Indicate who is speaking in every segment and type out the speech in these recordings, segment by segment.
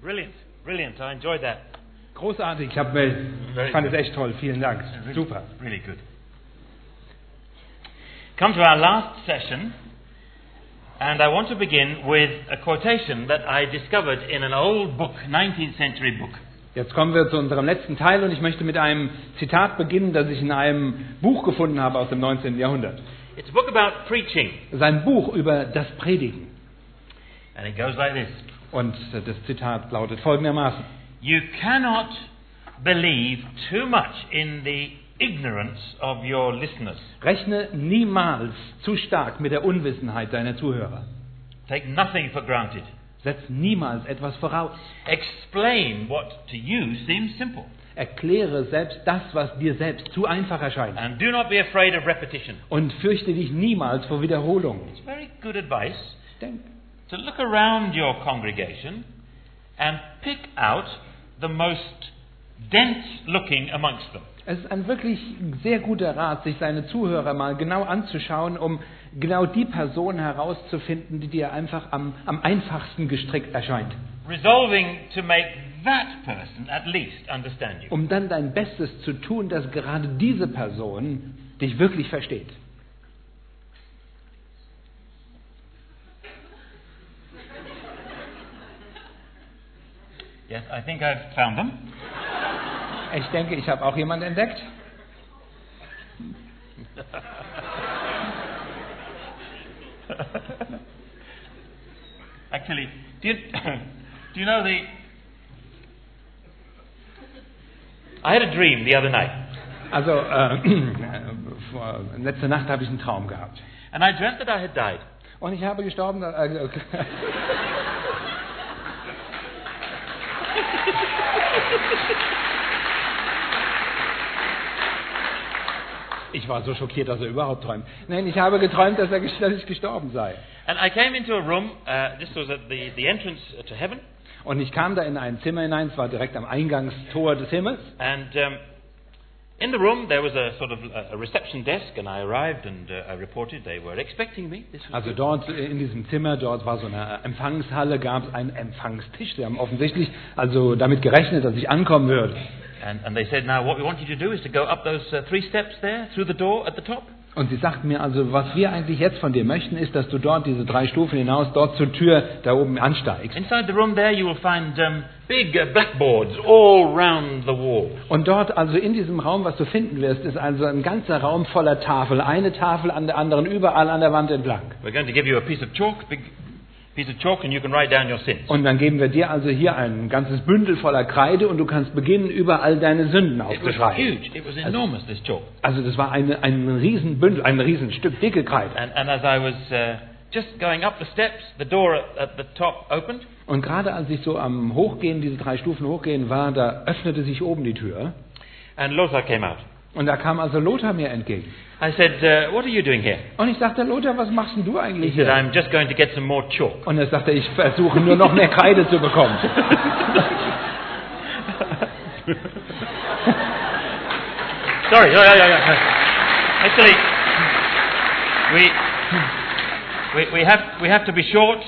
Speaker 1: Brilliant, brilliant. I enjoyed that.
Speaker 2: Großartig, ich hab, äh, fand es echt toll. Vielen Dank. Super.
Speaker 1: Really good. Come to our last session, and I want to begin with a quotation that I discovered in an old book, 19th century book.
Speaker 2: Jetzt kommen wir zu unserem letzten Teil und ich möchte mit einem Zitat beginnen, das ich in einem Buch gefunden habe aus dem 19. Jahrhundert.
Speaker 1: It's a book about preaching,
Speaker 2: Es ist ein Buch über das Predigen.
Speaker 1: and it goes like this
Speaker 2: Und äh, das Zitat lautet folgendermaßen.
Speaker 1: You cannot believe too much in the ignorance of your listeners.
Speaker 2: Rechne niemals zu stark mit der Unwissenheit deiner Zuhörer.
Speaker 1: Take nothing for granted.
Speaker 2: Setz niemals etwas voraus.
Speaker 1: Explain what to you seems simple,
Speaker 2: Erkläre selbst das, was dir selbst zu einfach erscheint.
Speaker 1: and do not be afraid of repetition.
Speaker 2: Und fürchte dich niemals vor Wiederholungen.
Speaker 1: It's very good advice
Speaker 2: Denk.
Speaker 1: to look around your congregation and pick out the most dense looking amongst them.
Speaker 2: Es ist ein wirklich sehr guter Rat, sich seine Zuhörer mal genau anzuschauen, um genau die Person herauszufinden, die dir einfach am, am einfachsten gestrickt erscheint.
Speaker 1: resolving to make that person at least understand you.
Speaker 2: Um dann dein Bestes zu tun, dass gerade diese Person dich wirklich versteht.
Speaker 1: Yes, I think I've found them.
Speaker 2: Ich denke, ich habe auch jemanden entdeckt.
Speaker 1: Actually, do you, do you know the. I had a dream the other night,
Speaker 2: Also äh, vor, letzte Nacht habe ich einen Traum gehabt.
Speaker 1: and I dreamt that I had died.
Speaker 2: Und ich habe gestorben. Äh, ich war so schockiert, dass er überhaupt träumt. Nein, ich habe geträumt, dass, er, ges- dass ich gestorben sei.
Speaker 1: And I came into a room, uh, this was at the, the entrance to heaven,
Speaker 2: Und ich kam da in ein Zimmer hinein, es war direkt am Eingangstor des Himmels.
Speaker 1: and um, in the room there was a sort of a- a reception desk, and I arrived and uh, I reported they were expecting me. This was
Speaker 2: Also dort äh, in diesem Zimmer, dort war so eine äh, Empfangshalle, gab es einen Empfangstisch. Sie haben offensichtlich also damit gerechnet, dass ich ankommen würde.
Speaker 1: And, and they said, now what we want you to do is to go up those uh, three steps there through the door at the top.
Speaker 2: Und sie sagten mir also, was wir eigentlich jetzt von dir möchten, ist, dass du dort diese drei Stufen hinaus, dort zur Tür da oben ansteigst.
Speaker 1: Inside the room there you will find um, big uh, blackboards all round the wall.
Speaker 2: Und dort, also in diesem Raum, was du finden wirst, ist also ein ganzer Raum voller Tafel. Eine Tafel an der anderen, überall an der Wand entlang.
Speaker 1: We're going to give you a piece of chalk, big piece of chalk, and you can write down your sins.
Speaker 2: Und dann geben wir dir also hier ein ganzes Bündel voller Kreide und du kannst beginnen, überall deine Sünden
Speaker 1: It was
Speaker 2: aufzuschreiben.
Speaker 1: huge. It was enormous, this chalk.
Speaker 2: Also das war eine, ein Riesenbündel, ein Riesenstück dicke Kreide.
Speaker 1: And, and as I was uh, just going up the steps, the door at, at the top opened,
Speaker 2: Und gerade als ich so am Hochgehen, diese drei Stufen hochgehen war, da öffnete sich oben die Tür.
Speaker 1: and Lothar came out.
Speaker 2: Und da kam also Lothar mir entgegen.
Speaker 1: I said, uh, what are you doing here?
Speaker 2: Und ich sagte, Lothar, was machst denn du eigentlich
Speaker 1: He said,
Speaker 2: hier?
Speaker 1: I'm just going to get some more chalk.
Speaker 2: Und er sagte, ich versuche nur noch mehr Kreide zu bekommen.
Speaker 1: Sorry, yeah, yeah, yeah, yeah. Actually, we, we, we, have, we have to be short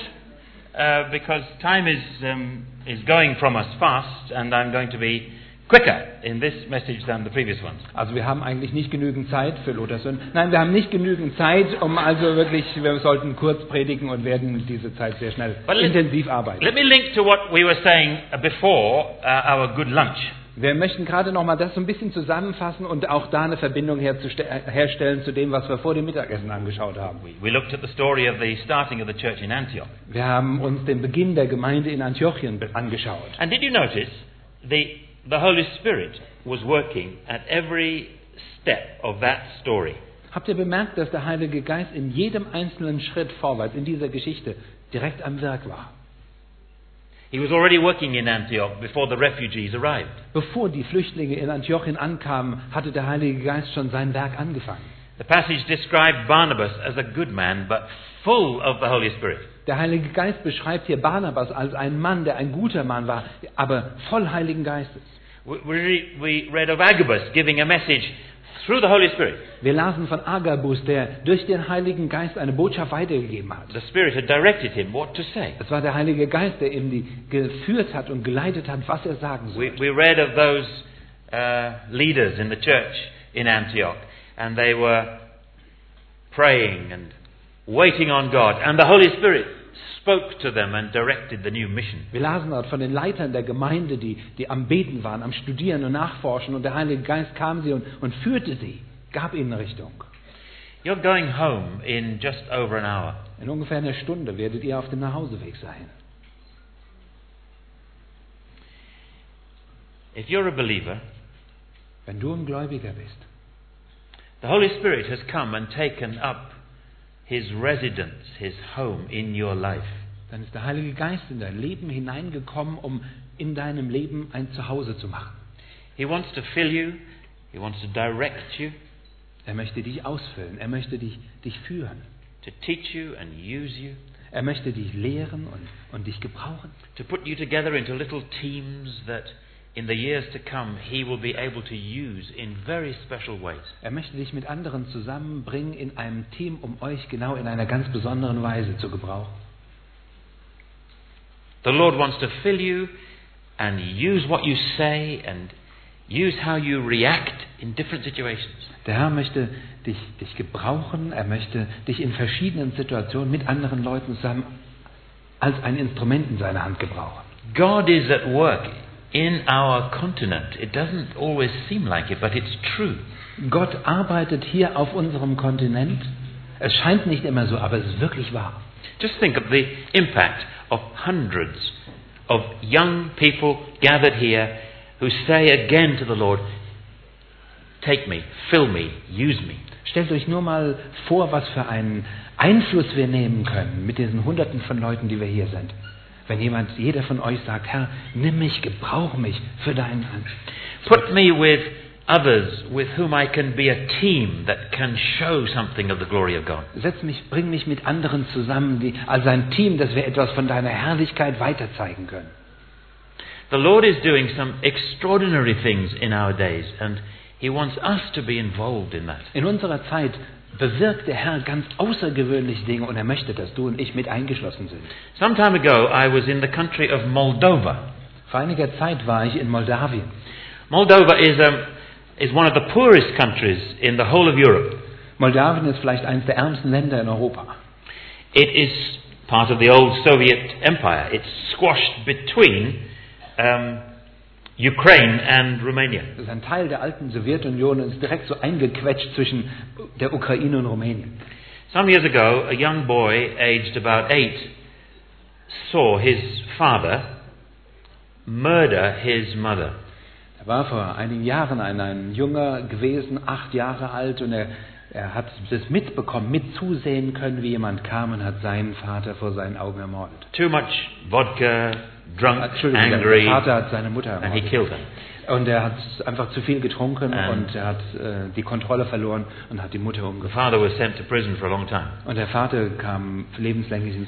Speaker 1: uh, because time is, um, is going from us fast, and I'm going to be quicker in this message than the previous ones.
Speaker 2: Also wir haben eigentlich nicht genügend Zeit für Lothars Sünden. Nein, wir haben nicht genügend Zeit, um also wirklich, wir sollten kurz predigen und werden diese Zeit sehr schnell
Speaker 1: But let-
Speaker 2: intensiv arbeiten.
Speaker 1: Let me link to what we were saying before uh, our good lunch.
Speaker 2: Wir möchten gerade nochmal das so ein bisschen zusammenfassen und auch da eine Verbindung herzustell- herstellen zu dem, was wir vor dem Mittagessen angeschaut haben.
Speaker 1: We, we looked at the story of the starting of the church in Antioch.
Speaker 2: Wir haben uns den Beginn der Gemeinde in Antiochien be- angeschaut.
Speaker 1: And did you notice the, the Holy Spirit was working at every step of that story?
Speaker 2: Habt ihr bemerkt, dass der Heilige Geist in jedem einzelnen Schritt vorwärts in dieser Geschichte direkt am Werk war?
Speaker 1: He was already working in Antioch before the refugees arrived.
Speaker 2: Bevor die Flüchtlinge in Antiochien ankamen, hatte der Heilige Geist schon sein Werk angefangen.
Speaker 1: The passage described Barnabas as a good man, but full of the Holy Spirit.
Speaker 2: Der Heilige Geist beschreibt hier Barnabas als einen Mann, der ein guter Mann war, aber voll Heiligen Geistes.
Speaker 1: We, we, re- we read of Agabus giving a message through the Holy Spirit.
Speaker 2: Wir lasen von Agabus, der durch den Heiligen Geist eine Botschaft weitergegeben hat.
Speaker 1: The Spirit had directed him what to say.
Speaker 2: Es war der Heilige Geist, der ihm die geführt hat und geleitet hat, was er sagen soll.
Speaker 1: We, we read of those uh, leaders in the church in Antioch, and they were praying and waiting on God, and the Holy Spirit spoke to them and directed the new mission.
Speaker 2: Wir lasen dort von den Leitern der Gemeinde, die, die am Beten waren, am Studieren und Nachforschen und der Heilige Geist kam sie und, und führte sie, gab ihnen Richtung.
Speaker 1: You're going home in just over an hour.
Speaker 2: In ungefähr einer Stunde werdet ihr auf dem Nachhauseweg sein.
Speaker 1: If you're a believer,
Speaker 2: Wenn du ein Gläubiger bist,
Speaker 1: the Holy Spirit has come and taken up his residence, his home in your life.
Speaker 2: dann ist der Heilige Geist in dein Leben hineingekommen, um in deinem Leben ein Zuhause zu machen.
Speaker 1: He wants to fill you, he wants to direct you,
Speaker 2: Er möchte dich ausfüllen, er möchte dich, dich führen,
Speaker 1: to teach you and use you,
Speaker 2: er möchte dich lehren und, und dich gebrauchen.
Speaker 1: to put you together into little teams that in the years to come he will be able to use in very special ways.
Speaker 2: Er möchte dich mit anderen zusammenbringen in einem Team, um euch genau in einer ganz besonderen Weise zu gebrauchen.
Speaker 1: The Lord wants to fill you and use what you say and use how you react in different situations.
Speaker 2: Der Herr möchte dich, dich gebrauchen, er möchte dich in verschiedenen Situationen mit anderen Leuten zusammen als ein Instrument in seiner Hand gebrauchen.
Speaker 1: God is at work in our continent. It doesn't always seem like it, but it's true.
Speaker 2: Gott arbeitet hier auf unserem Kontinent. Es scheint nicht immer so, aber es ist wirklich wahr.
Speaker 1: Just think of the impact of hundreds of young people gathered here who say again to the Lord, Take me, fill me, use me.
Speaker 2: Stellt euch nur mal vor, was für einen Einfluss wir nehmen können mit diesen Hunderten von Leuten, die wir hier sind. Wenn jemand, jeder von euch sagt, Herr, nimm mich, gebrauch mich für deinen Hand.
Speaker 1: Put me with others with whom I can be a team that can show something of the glory of God.
Speaker 2: Setz mich, bring mich mit anderen zusammen, die, als ein Team, dass wir etwas von deiner Herrlichkeit weiterzeigen können.
Speaker 1: The Lord is doing some extraordinary things in our days, and He wants us to be involved in that.
Speaker 2: In unserer Zeit bewirkt der Herr ganz außergewöhnliche Dinge und er möchte, dass du und ich mit eingeschlossen sind.
Speaker 1: Some time ago, I was in the country of Moldova.
Speaker 2: Vor einiger Zeit war ich in Moldawien.
Speaker 1: Moldova is, um, is one of the poorest countries in the whole of Europe.
Speaker 2: Moldawien ist vielleicht eines der ärmsten Länder in Europa.
Speaker 1: It is part of the old Soviet Empire. It's squashed between um, Ukraine and Romania.
Speaker 2: Es ist ein Teil der alten Sowjetunion und ist direkt so eingequetscht zwischen der Ukraine und Rumänien.
Speaker 1: Some years ago, a young boy aged about eight saw his father murder his mother.
Speaker 2: Da war vor einigen Jahren ein, ein Junge gewesen, acht Jahre alt, und er, er hat das mitbekommen, mitzusehen können, wie jemand kam und hat seinen Vater vor seinen Augen ermordet.
Speaker 1: Too much vodka, drunk,
Speaker 2: Entschuldigung,
Speaker 1: angry,
Speaker 2: der Vater hat seine Mutter
Speaker 1: and he
Speaker 2: ermordet.
Speaker 1: killed her.
Speaker 2: Und er hat einfach zu viel getrunken
Speaker 1: Ähm.
Speaker 2: und er hat äh, die Kontrolle verloren und hat die Mutter
Speaker 1: The
Speaker 2: umgefahren.
Speaker 1: father was sent to prison for a long time.
Speaker 2: Und der Vater kam lebenslänglich ins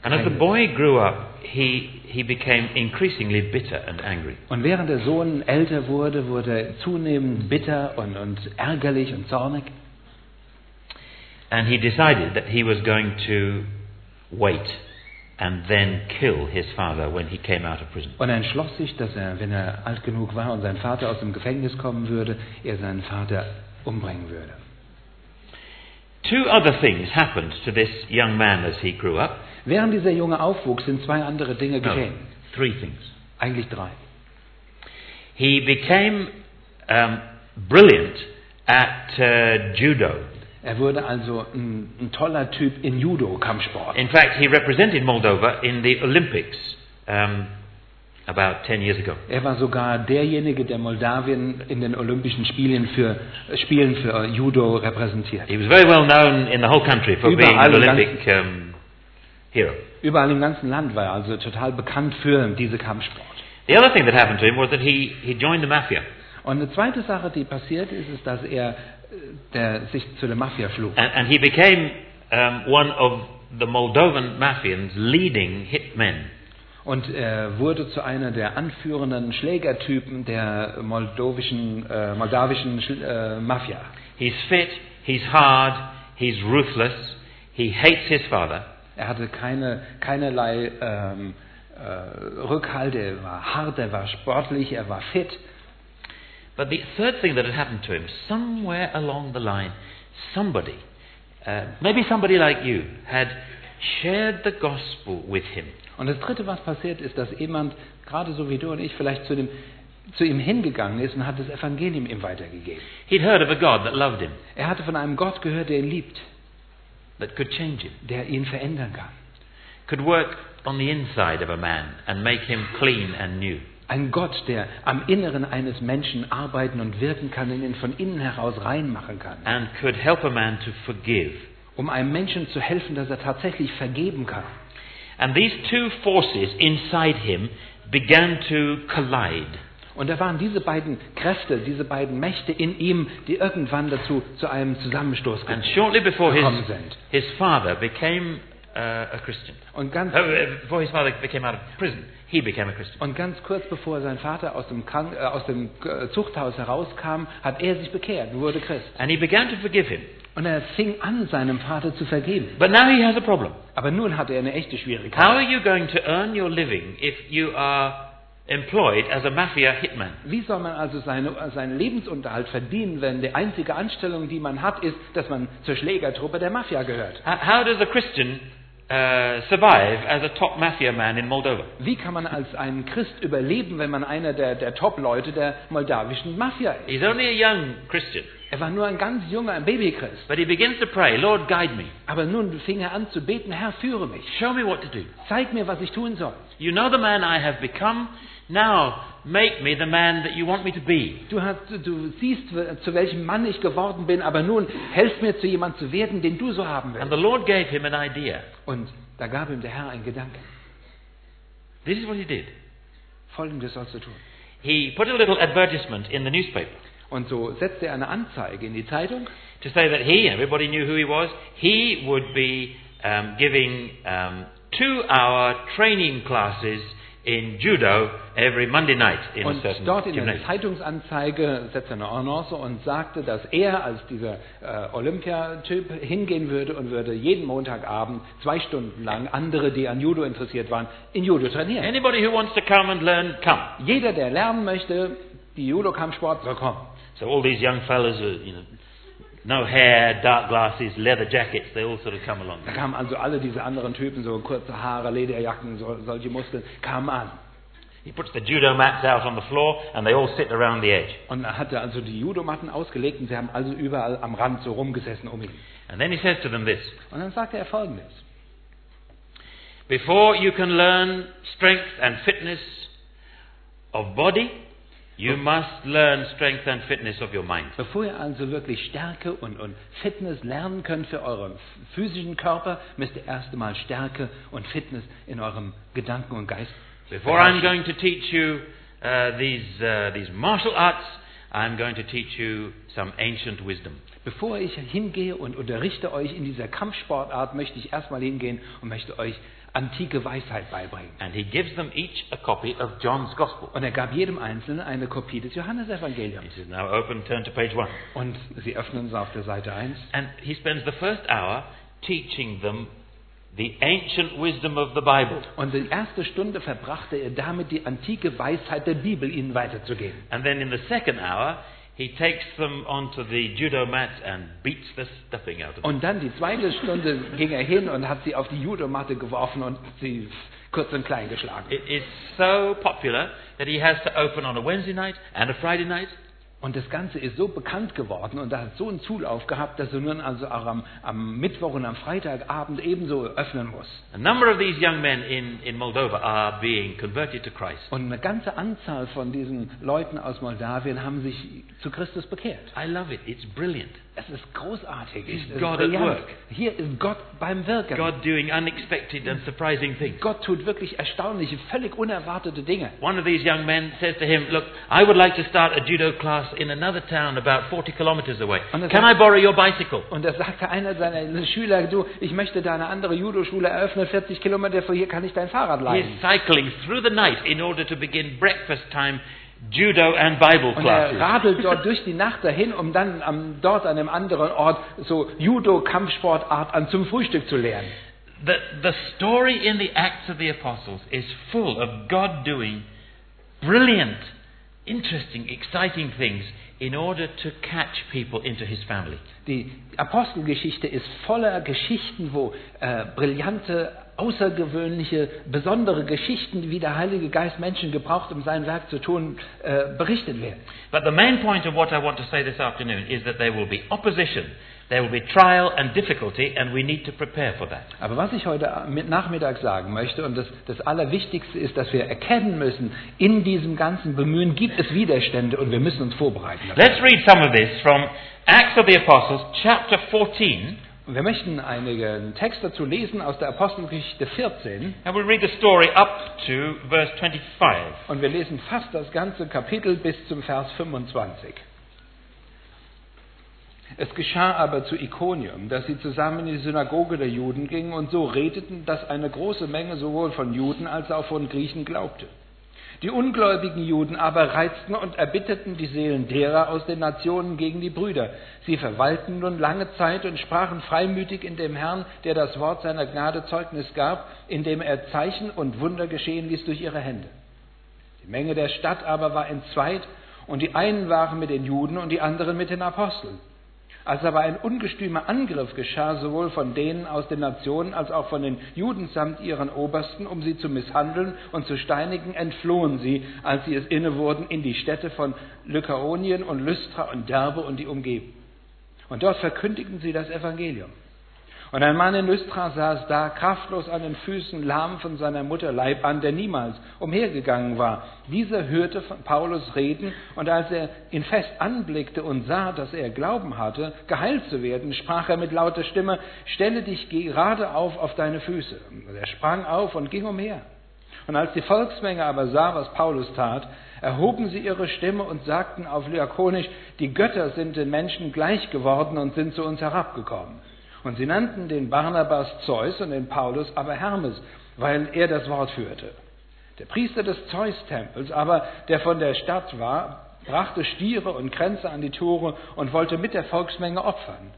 Speaker 1: And as the
Speaker 2: Gefängnis.
Speaker 1: boy grew up, he, he became increasingly bitter and angry.
Speaker 2: Und während der Sohn älter wurde, wurde er zunehmend bitter und, und ärgerlich und zornig.
Speaker 1: And he decided that he was going to wait and then kill his father when he came out of prison.
Speaker 2: Und er entschloss sich, dass er, wenn er alt genug war und sein Vater aus dem Gefängnis kommen würde, er seinen Vater umbringen würde.
Speaker 1: Two other things happened to this young man as he grew up.
Speaker 2: Während dieser Junge aufwuchs, sind zwei andere Dinge
Speaker 1: No,
Speaker 2: geschehen.
Speaker 1: three things.
Speaker 2: Eigentlich drei.
Speaker 1: He became um, brilliant at uh, judo.
Speaker 2: Er wurde also ein, ein toller Typ in Judo-Kampfsport.
Speaker 1: In fact, he represented Moldova in the Olympics um, about 10 years ago.
Speaker 2: Er war sogar derjenige, der Moldawien in den Olympischen Spielen für, Spielen für Judo repräsentiert.
Speaker 1: He was very well known in the whole country for being an
Speaker 2: Überall im
Speaker 1: Olympic um, hero.
Speaker 2: Überall im ganzen Land war er also total bekannt für diese Kampfsport.
Speaker 1: The other thing that happened to him was that he, he joined the mafia.
Speaker 2: Und eine zweite Sache, die passiert ist, ist, dass er äh, der, sich zu der Mafia schlug.
Speaker 1: And, and he became um, one of the Moldovan mafians leading hitmen.
Speaker 2: und er wurde zu einer der anführenden Schlägertypen der moldowischen, äh, moldawischen Schl äh, Mafia.
Speaker 1: He's fit, he's hard, he's ruthless, he hates his father,
Speaker 2: Er hatte keine, keinerlei ähm, äh, Rückhalt, er war hart, er war sportlich, er war fit.
Speaker 1: But the third thing that had happened to him, somewhere along the line, somebody, uh, maybe somebody like you, had shared the gospel with him.
Speaker 2: Und das Dritte, was passiert ist, dass jemand, gerade so wie du und ich, vielleicht zu, dem, zu ihm hingegangen ist und hat das Evangelium ihm weitergegeben.
Speaker 1: He'd heard of a God that loved him,
Speaker 2: Er hatte von einem Gott gehört, der ihn liebt,
Speaker 1: that could change him,
Speaker 2: der ihn verändern kann.
Speaker 1: could work on the inside of a man and make him clean and new.
Speaker 2: Ein Gott, der am Inneren eines Menschen arbeiten und wirken kann und ihn von innen heraus reinmachen kann.
Speaker 1: and could help a man to forgive.
Speaker 2: Um einem Menschen zu helfen, dass er tatsächlich vergeben kann.
Speaker 1: And these two forces inside him began to collide.
Speaker 2: Und da waren diese beiden Kräfte, diese beiden Mächte in ihm, die irgendwann dazu zu einem
Speaker 1: And
Speaker 2: Zusammenstoß gekommen
Speaker 1: shortly before his,
Speaker 2: gekommen sind.
Speaker 1: his father became uh, a Christian,
Speaker 2: Und ganz,
Speaker 1: no, uh, before his father became out of prison, he became a Christian.
Speaker 2: und ganz kurz bevor sein Vater aus dem, Krank, äh, aus dem äh, Zuchthaus herauskam, hat er sich bekehrt und wurde Christ.
Speaker 1: And he began to forgive him.
Speaker 2: Und er fing an, seinem Vater zu vergeben.
Speaker 1: But now he has a problem.
Speaker 2: Aber nun hat er eine echte
Speaker 1: How
Speaker 2: Schwierigkeit.
Speaker 1: are you going to earn your living if you are employed as a mafia hitman?
Speaker 2: Wie soll man also seine, seinen Lebensunterhalt verdienen, wenn die einzige Anstellung, die man hat, ist, dass man zur Schlägertruppe der Mafia gehört?
Speaker 1: How, how does a Christian uh, survive as a top mafia man in Moldova?
Speaker 2: Wie kann man als ein Christ überleben, wenn man einer der, der Top-Leute der moldawischen Mafia ist?
Speaker 1: He's only a young Christian.
Speaker 2: Er war nur ein ganz junger, ein Babychrist.
Speaker 1: But he begins to pray, Lord, guide me.
Speaker 2: Aber nun fing er an zu beten, Herr, führe mich.
Speaker 1: Show me what to do.
Speaker 2: Zeig mir, was ich tun soll.
Speaker 1: You know the man I have become. Now make me the man that you want me to be.
Speaker 2: Du, hast, du siehst, zu welchem Mann ich geworden bin, aber nun helf mir, zu jemand zu werden, den du so haben
Speaker 1: And
Speaker 2: willst.
Speaker 1: the Lord gave him an idea.
Speaker 2: Und da gab ihm der Herr einen Gedanken.
Speaker 1: This is what he did.
Speaker 2: Folgendes sollst du tun.
Speaker 1: He put a little advertisement in the newspaper
Speaker 2: Und so setzte er eine Anzeige in die Zeitung
Speaker 1: to say that he, everybody knew who he was, he would be um, giving um, two hour training classes in judo every Monday night in a
Speaker 2: und
Speaker 1: certain
Speaker 2: dort in der
Speaker 1: gymnasium.
Speaker 2: Zeitungsanzeige setzte er eine Annonce und sagte, dass er als dieser äh, Olympiatyp hingehen würde und würde jeden Montagabend zwei Stunden lang andere, die an Judo interessiert waren, in Judo trainieren.
Speaker 1: Anybody who wants to come and learn, come.
Speaker 2: Jeder, der lernen möchte, die Judo-Kampfsport soll kommen.
Speaker 1: So all these young fellas, with, you know, no hair, dark glasses, leather jackets, they all sort of come along.
Speaker 2: Da kamen also alle diese anderen Typen, so kurze Haare, Lederjacken, so, solche Muskeln, kamen an.
Speaker 1: He puts the judo mats out on the floor and they all sit around the edge.
Speaker 2: Und er hatte also die Judomatten ausgelegt und sie haben also überall am Rand so rumgesessen um ihn.
Speaker 1: And then he says to them this
Speaker 2: Und dann sagte er folgendes.
Speaker 1: Before you can learn strength and fitness of body, you must learn strength and fitness of your mind.
Speaker 2: Bevor ihr also wirklich Stärke und, und Fitness lernen könnt für euren physischen Körper, müsst ihr erst einmal Stärke und Fitness in eurem Gedanken und Geist.
Speaker 1: Before I'm going to teach you uh, these, uh, these martial arts, I'm going to teach you some ancient wisdom.
Speaker 2: Bevor ich hingehe und unterrichte euch in dieser Kampfsportart, möchte ich erstmal hingehen und möchte euch antike Weisheit beibringen.
Speaker 1: And he gives them each a copy of John's Gospel.
Speaker 2: Und er gab jedem Einzelnen eine Kopie des Johannesevangeliums.
Speaker 1: It is now open, turn to page one.
Speaker 2: Und sie öffnen es auf der Seite 1.
Speaker 1: And he spends the first hour teaching them the ancient wisdom of the Bible.
Speaker 2: Und die erste Stunde verbrachte er damit, die antike Weisheit der Bibel ihnen weiterzugeben.
Speaker 1: And then in the second hour, he takes them onto the judo mat and beats the stuffing out of them.
Speaker 2: Und dann die zweite Stunde ging er hin und hat sie auf die Judomatte geworfen und sie kurz und klein geschlagen.
Speaker 1: It is so popular that he has to open on a Wednesday night and a Friday night.
Speaker 2: Und das Ganze ist so bekannt geworden und hat so einen Zulauf gehabt, dass er nun also auch am, am Mittwoch und am Freitagabend ebenso öffnen muss.
Speaker 1: A number of these young men in, in Moldova are being converted to Christ.
Speaker 2: Und eine ganze Anzahl von diesen Leuten aus Moldawien haben sich zu Christus bekehrt.
Speaker 1: I love it. It's brilliant.
Speaker 2: Es ist großartig.
Speaker 1: Is
Speaker 2: es ist
Speaker 1: God at
Speaker 2: brillant.
Speaker 1: work?
Speaker 2: Hier ist Gott beim Wirken.
Speaker 1: God doing unexpected and surprising things.
Speaker 2: Gott tut wirklich erstaunliche, völlig unerwartete Dinge.
Speaker 1: One of these young men says to him, Look, I would like to start a judo class in another town about 40 kilometers away.
Speaker 2: On the
Speaker 1: Can
Speaker 2: side-
Speaker 1: I borrow your bicycle?
Speaker 2: Und da sagte einer seiner Schüler, du, ich möchte da eine andere Judo-Schule eröffnen, 40 Kilometer von hier kann ich dein Fahrrad
Speaker 1: He
Speaker 2: leihen.
Speaker 1: is cycling through the night in order to begin breakfast time judo and Bible
Speaker 2: Und er
Speaker 1: classes.
Speaker 2: radelt dort durch die Nacht dahin, um dann am, dort an einem anderen Ort so Judo-Kampfsportart an zum Frühstück zu lernen.
Speaker 1: The, the story in the Acts of the Apostles is full of God doing brilliant, interesting, exciting things in order to catch people into his family.
Speaker 2: Die Apostelgeschichte ist voller Geschichten, wo äh, brillante, außergewöhnliche, besondere Geschichten, wie der Heilige Geist Menschen gebraucht, um sein Werk zu tun, äh, berichtet werden.
Speaker 1: But the main point of what I want to say this afternoon is that there will be opposition, there will be trial and difficulty, and we need to prepare for that.
Speaker 2: Aber was ich heute mit- Nachmittag sagen möchte, und das, das Allerwichtigste ist, dass wir erkennen müssen, in diesem ganzen Bemühen gibt es Widerstände und wir müssen uns vorbereiten.
Speaker 1: Let's read some of this from Acts of the Apostles, chapter 14,
Speaker 2: Und wir möchten einigen Text dazu lesen aus der Apostelgeschichte 14
Speaker 1: and we'll read the story up to verse 25.
Speaker 2: und wir lesen fast das ganze Kapitel bis zum Vers 25. Es geschah aber zu Ikonium, dass sie zusammen in die Synagoge der Juden gingen und so redeten, dass eine große Menge sowohl von Juden als auch von Griechen glaubte. Die ungläubigen Juden aber reizten und erbitterten die Seelen derer aus den Nationen gegen die Brüder. Sie verwalten nun lange Zeit und sprachen freimütig in dem Herrn, der das Wort seiner Gnade Zeugnis gab, indem er Zeichen und Wunder geschehen ließ durch ihre Hände. Die Menge der Stadt aber war entzweit, und die einen waren mit den Juden und die anderen mit den Aposteln. Als aber ein ungestümer Angriff geschah, sowohl von denen aus den Nationen als auch von den Juden samt ihren Obersten, um sie zu misshandeln und zu steinigen, entflohen sie, als sie es inne wurden, in die Städte von Lykaonien und Lystra und Derbe und die Umgebung. Und dort verkündigten sie das Evangelium. Und ein Mann in Lystra saß da, kraftlos an den Füßen, lahm von seiner Mutter Leib an, der niemals umhergegangen war. Dieser hörte von Paulus reden, und als er ihn fest anblickte und sah, dass er Glauben hatte, geheilt zu werden, sprach er mit lauter Stimme, stelle dich gerade auf auf deine Füße. Und er sprang auf und ging umher. Und als die Volksmenge aber sah, was Paulus tat, erhoben sie ihre Stimme und sagten auf Lyakonisch, die Götter sind den Menschen gleich geworden und sind zu uns herabgekommen. Und sie nannten den Barnabas Zeus und den Paulus aber Hermes, weil er das Wort führte. Der Priester des Zeus-Tempels aber, der von der Stadt war, brachte Stiere und Kränze an die Tore und wollte mit der Volksmenge opfern.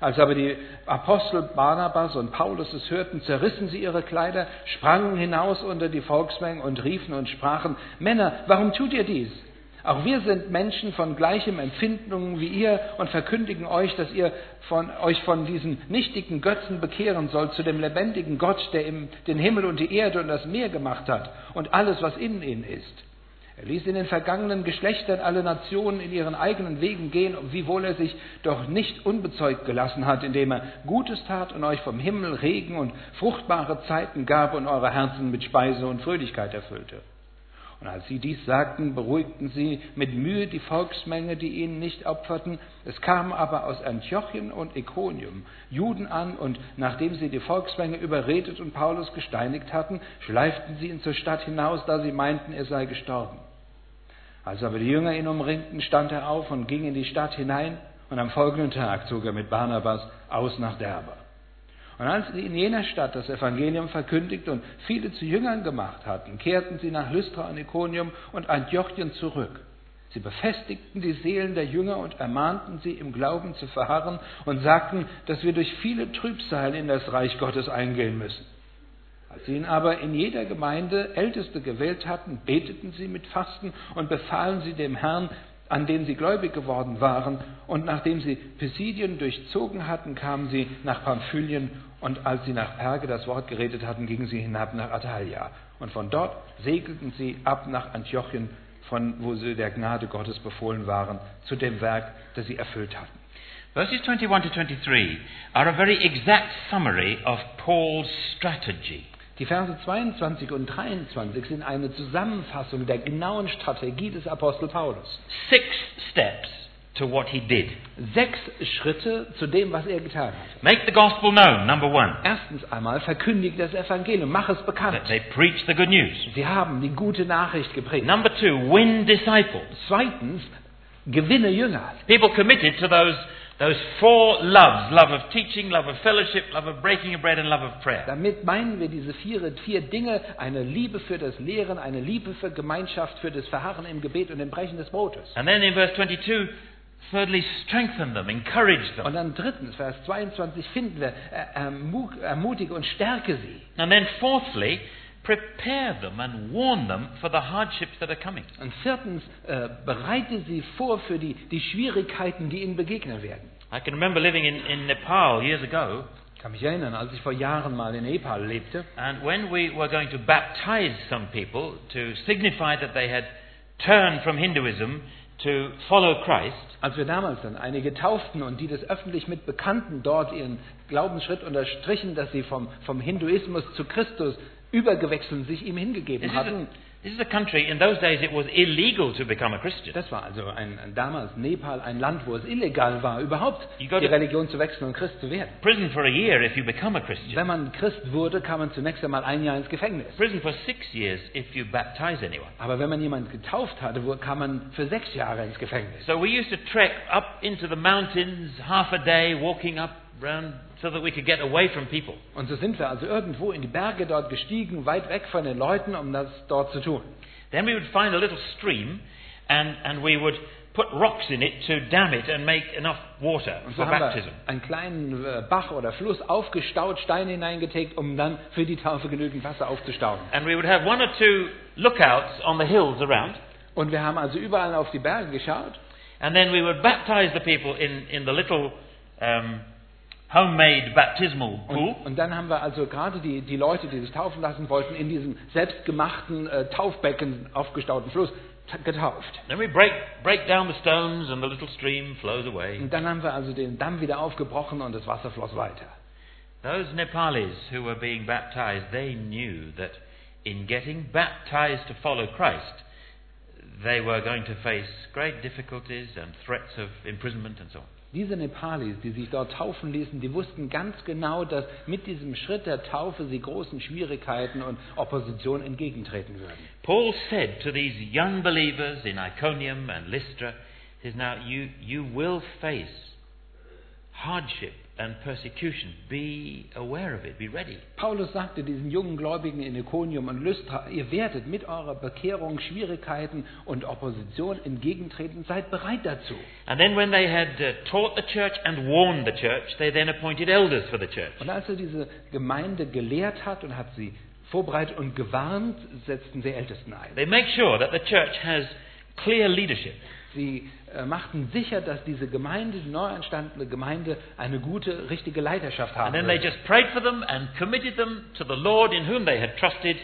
Speaker 2: Als aber die Apostel Barnabas und Paulus es hörten, zerrissen sie ihre Kleider, sprangen hinaus unter die Volksmenge und riefen und sprachen, Männer, warum tut ihr dies? Auch wir sind Menschen von gleichem Empfindungen wie ihr und verkündigen euch, dass ihr von, euch von diesen nichtigen Götzen bekehren sollt zu dem lebendigen Gott, der im, den Himmel und die Erde und das Meer gemacht hat und alles, was in ihnen ist. Er ließ in den vergangenen Geschlechtern alle Nationen in ihren eigenen Wegen gehen, wiewohl er sich doch nicht unbezeugt gelassen hat, indem er Gutes tat und euch vom Himmel Regen und fruchtbare Zeiten gab und eure Herzen mit Speise und Fröhlichkeit erfüllte. Und als sie dies sagten, beruhigten sie mit Mühe die Volksmenge, die ihnen nicht opferten. Es kamen aber aus Antiochien und Ikonium Juden an, und nachdem sie die Volksmenge überredet und Paulus gesteinigt hatten, schleiften sie ihn zur Stadt hinaus, da sie meinten, er sei gestorben. Als aber die Jünger ihn umringten, stand er auf und ging in die Stadt hinein, und am folgenden Tag zog er mit Barnabas aus nach Derbe. Und als sie in jener Stadt das Evangelium verkündigt und viele zu Jüngern gemacht hatten, kehrten sie nach Lystra und Ikonium und Antiochien zurück. Sie befestigten die Seelen der Jünger und ermahnten sie, im Glauben zu verharren und sagten, dass wir durch viele Trübsal in das Reich Gottes eingehen müssen. Als sie ihn aber in jeder Gemeinde Älteste gewählt hatten, beteten sie mit Fasten und befahlen sie dem Herrn, an den sie gläubig geworden waren. Und nachdem sie Pisidien durchzogen hatten, kamen sie nach Pamphylien. Und als sie nach Perge das Wort geredet hatten, gingen sie hinab nach Attalia. Und von dort segelten sie ab nach Antiochien, von wo sie der Gnade Gottes befohlen waren, zu dem Werk, das sie erfüllt hatten.
Speaker 1: Verses 21 to 23 are a very exact summary of Paul's strategy.
Speaker 2: Die Verse 22 und 23 sind eine Zusammenfassung der genauen Strategie des Apostel Paulus.
Speaker 1: Six steps to what he did.
Speaker 2: Sechs Schritte zu dem, was er getan hat.
Speaker 1: Make the gospel known, number one.
Speaker 2: Erstens einmal verkündige das Evangelium, mach es
Speaker 1: That
Speaker 2: bekannt.
Speaker 1: they preach the good news.
Speaker 2: Sie haben die gute Nachricht gepredigt.
Speaker 1: Number two, win disciples.
Speaker 2: Zweitens, gewinne Jünger.
Speaker 1: People committed to those, those four loves love of teaching, love of fellowship, love of breaking of bread, and love of prayer.
Speaker 2: Damit meinen wir diese vier, vier Dinge, eine Liebe für das Lehren, eine Liebe für Gemeinschaft, für das Verharren im Gebet und dem Brechen des Brotes.
Speaker 1: And then in verse 22, thirdly, strengthen them, encourage
Speaker 2: Und
Speaker 1: them.
Speaker 2: dann drittens, Vers 22 finden wir, äh, ermu- ermutige und stärke sie.
Speaker 1: And then fourthly, prepare them and warn them for the hardships that are coming.
Speaker 2: Und viertens, äh, bereite sie vor für die, die Schwierigkeiten, die ihnen begegnen werden.
Speaker 1: I can remember living in, in Nepal years ago,
Speaker 2: Ich kann mich erinnern, als ich vor Jahren mal in Nepal lebte,
Speaker 1: and when we were going to baptize some people to signify that they had turned from Hinduism to follow Christ,
Speaker 2: als wir damals dann einige tauften und die das öffentlich mit Bekannten dort ihren Glaubensschritt unterstrichen, dass sie vom, vom Hinduismus zu Christus übergewechselt und sich ihm
Speaker 1: This
Speaker 2: hingegeben
Speaker 1: is, a,
Speaker 2: hatten.
Speaker 1: this is a country, in those days it was illegal to become a Christian.
Speaker 2: Das war also ein, ein- damals Nepal ein Land, wo es illegal war, überhaupt
Speaker 1: You
Speaker 2: die
Speaker 1: go to-
Speaker 2: Religion zu wechseln und Christ zu werden.
Speaker 1: Prison for a year if you become a Christian.
Speaker 2: Wenn man Christ wurde, kam man zunächst einmal ein Jahr ins Gefängnis.
Speaker 1: Prison for six years if you baptize anyone.
Speaker 2: Aber wenn man jemand getauft hatte, wo- kam man für sechs Jahre ins Gefängnis.
Speaker 1: So we used to trek up into the mountains half a day, walking up round so that we could get away from people.
Speaker 2: Und so sind wir also irgendwo in die Berge dort gestiegen, weit weg von den Leuten, um das dort zu tun.
Speaker 1: Then we would find a little stream and, and we would put rocks in it to dam it and make enough water
Speaker 2: Und so
Speaker 1: for
Speaker 2: haben
Speaker 1: baptism.
Speaker 2: wir einen kleinen äh, Bach oder Fluss aufgestaut, Steine hineingetägt, um dann für die Taufe genügend Wasser aufzustauen.
Speaker 1: And we would have one or two lookouts on the hills around.
Speaker 2: Und wir haben also überall auf die Berge geschaut
Speaker 1: And then we would baptize the people in, in the little um, homemade baptismal
Speaker 2: Und,
Speaker 1: pool.
Speaker 2: und dann haben wir also gerade die, die Leute, die sich taufen lassen wollten, in diesem selbstgemachten äh, Taufbecken, aufgestauten Fluss, ta- getauft.
Speaker 1: Then we break, break down the stones and the little stream flows away.
Speaker 2: Und dann haben wir also den Damm wieder aufgebrochen und das Wasser floss weiter.
Speaker 1: Those Nepalis who were being baptized, they knew that in getting baptized to follow Christ, they were going to face great difficulties and threats of imprisonment and so on.
Speaker 2: Diese Nepalis, die sich dort taufen ließen, die wussten ganz genau, dass mit diesem Schritt der Taufe sie großen Schwierigkeiten und Opposition entgegentreten würden.
Speaker 1: Paul said to these young believers in Iconium and Lystra, he says, Now you, you will face hardship and persecution. Be aware of it, be ready.
Speaker 2: Paulus sagte diesen jungen Gläubigen in Iconium und Lystra, ihr werdet mit eurer Bekehrung Schwierigkeiten und Opposition entgegentreten, seid bereit dazu.
Speaker 1: And then, when they had uh, taught the church and warned the church, they then appointed elders for the church.
Speaker 2: Und als er diese Gemeinde gelehrt hat und hat sie vorbereitet und gewarnt, setzten sie Ältesten ein.
Speaker 1: They make sure that the church has clear leadership.
Speaker 2: Sie äh, machten sicher, dass diese Gemeinde, die neu entstandene Gemeinde, eine gute, richtige Leiterschaft
Speaker 1: And
Speaker 2: haben
Speaker 1: then they
Speaker 2: würde.
Speaker 1: just prayed for them and committed them to the Lord in whom they had trusted.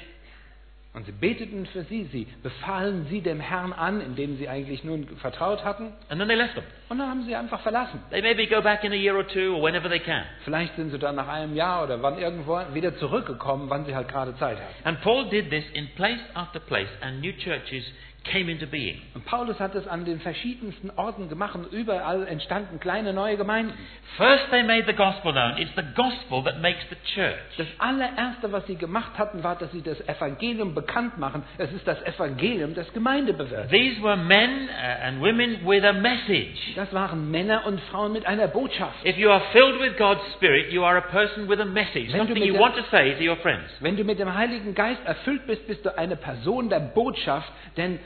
Speaker 2: Und sie beteten für sie, sie befahlen sie dem Herrn an, in dem sie eigentlich nun vertraut hatten,
Speaker 1: And then they left them.
Speaker 2: und dann haben sie einfach verlassen.
Speaker 1: They maybe go back in a year or two or whenever they can.
Speaker 2: Vielleicht sind sie dann nach einem Jahr oder wann irgendwo wieder zurückgekommen, wann sie halt gerade Zeit hatten.
Speaker 1: And Paul did this in place after place, and new churches came into being.
Speaker 2: Und Paulus hat es an den verschiedensten Orten gemacht, und überall entstanden kleine neue Gemeinden.
Speaker 1: First, they made the gospel known. It's the gospel that makes the church.
Speaker 2: Das allererste, was sie gemacht hatten, war, dass sie das Evangelium bekannt machen. Es ist das Evangelium, das Gemeinde bewirkt.
Speaker 1: These were men uh, and women with a message.
Speaker 2: Das waren Männer und Frauen mit einer Botschaft.
Speaker 1: If you are filled with God's Spirit, you are a person with a message,
Speaker 2: Wenn du
Speaker 1: something
Speaker 2: mit
Speaker 1: you
Speaker 2: der-
Speaker 1: want to say to your friends.
Speaker 2: Wenn du mit dem Heiligen Geist erfüllt bist, bist du eine Person der Botschaft, denn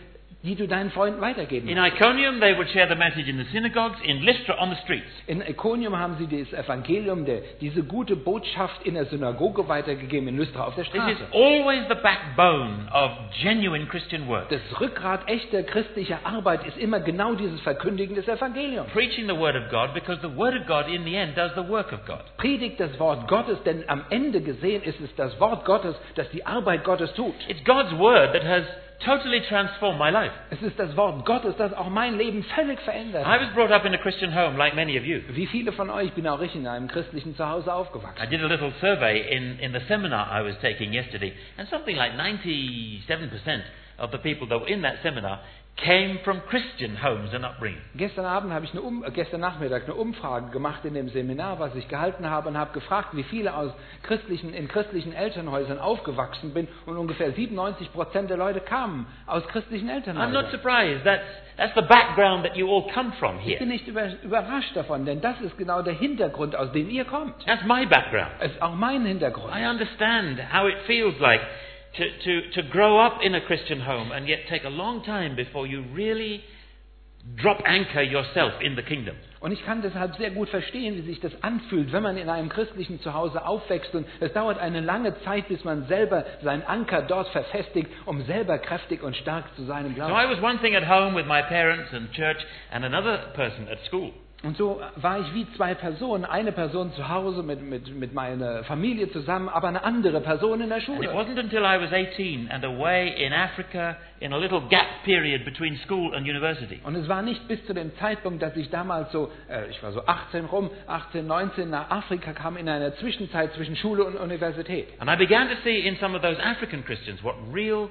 Speaker 2: die du deinen Freunden weitergeben
Speaker 1: In
Speaker 2: musst.
Speaker 1: Iconium, they would share the message in the synagogues, in Lystra, on the streets.
Speaker 2: In Iconium haben sie das Evangelium, der, diese gute Botschaft in der Synagoge weitergegeben, in Lystra auf der
Speaker 1: This is
Speaker 2: Straße.
Speaker 1: always the backbone of genuine Christian work.
Speaker 2: Das Rückgrat echter christlicher Arbeit ist immer genau dieses Verkündigen des Evangeliums.
Speaker 1: Preaching the Word of God, because the Word of God, in the end, does the work of God.
Speaker 2: Predigt das Wort Gottes, denn am Ende gesehen ist es das Wort Gottes, das die Arbeit Gottes tut.
Speaker 1: It's God's word that has totally transformed my life.
Speaker 2: Es ist das Wort Gottes, das auch mein Leben völlig verändert.
Speaker 1: I
Speaker 2: hat.
Speaker 1: was brought up in a Christian home, like many of you.
Speaker 2: Wie viele von euch bin auch ich in einem christlichen Zuhause
Speaker 1: I
Speaker 2: aufgewachsen?
Speaker 1: did a little survey in, in the seminar I was taking yesterday, and something like 97% of the people that were in that seminar came from Christian homes and upbringing.
Speaker 2: Gestern Abend habe ich eine um, äh, gestern Nachmittag eine Umfrage gemacht in dem Seminar, was ich gehalten habe und habe gefragt, wie viele aus christlichen in christlichen Elternhäusern aufgewachsen bin und ungefähr 97 Prozent der Leute kamen aus christlichen
Speaker 1: I'm not
Speaker 2: Elternhäusern.
Speaker 1: surprised. That's, that's the background that you all come from
Speaker 2: Ich bin
Speaker 1: here.
Speaker 2: nicht über, überrascht davon, denn das ist genau der Hintergrund, aus dem ihr kommt.
Speaker 1: That's my background.
Speaker 2: Es ist auch mein Hintergrund.
Speaker 1: I understand how it feels like to, to, to grow up in a Christian home and yet take a long time before you really drop anchor yourself in the kingdom.
Speaker 2: Und ich kann deshalb sehr gut verstehen, wie sich das anfühlt, wenn man in einem christlichen Zuhause aufwächst. Und es dauert eine lange Zeit, bis man selber seinen Anker dort verfestigt, um selber kräftig und stark zu sein im
Speaker 1: So
Speaker 2: Glauben.
Speaker 1: I was one thing at home with my parents and church and another person at school.
Speaker 2: Und so war ich wie zwei Personen. Eine Person zu Hause mit, mit, mit meiner Familie zusammen, aber eine andere Person in der
Speaker 1: And it
Speaker 2: Schule.
Speaker 1: wasn't until I was 18 and away in Africa in a little gap period between school and university
Speaker 2: Und es war nicht bis zu dem Zeitpunkt, dass ich damals so, äh, ich war so 18 rum, 18, 19 nach Afrika kam, in einer Zwischenzeit zwischen Schule und Universität.
Speaker 1: And I began to see in some of those African Christians what real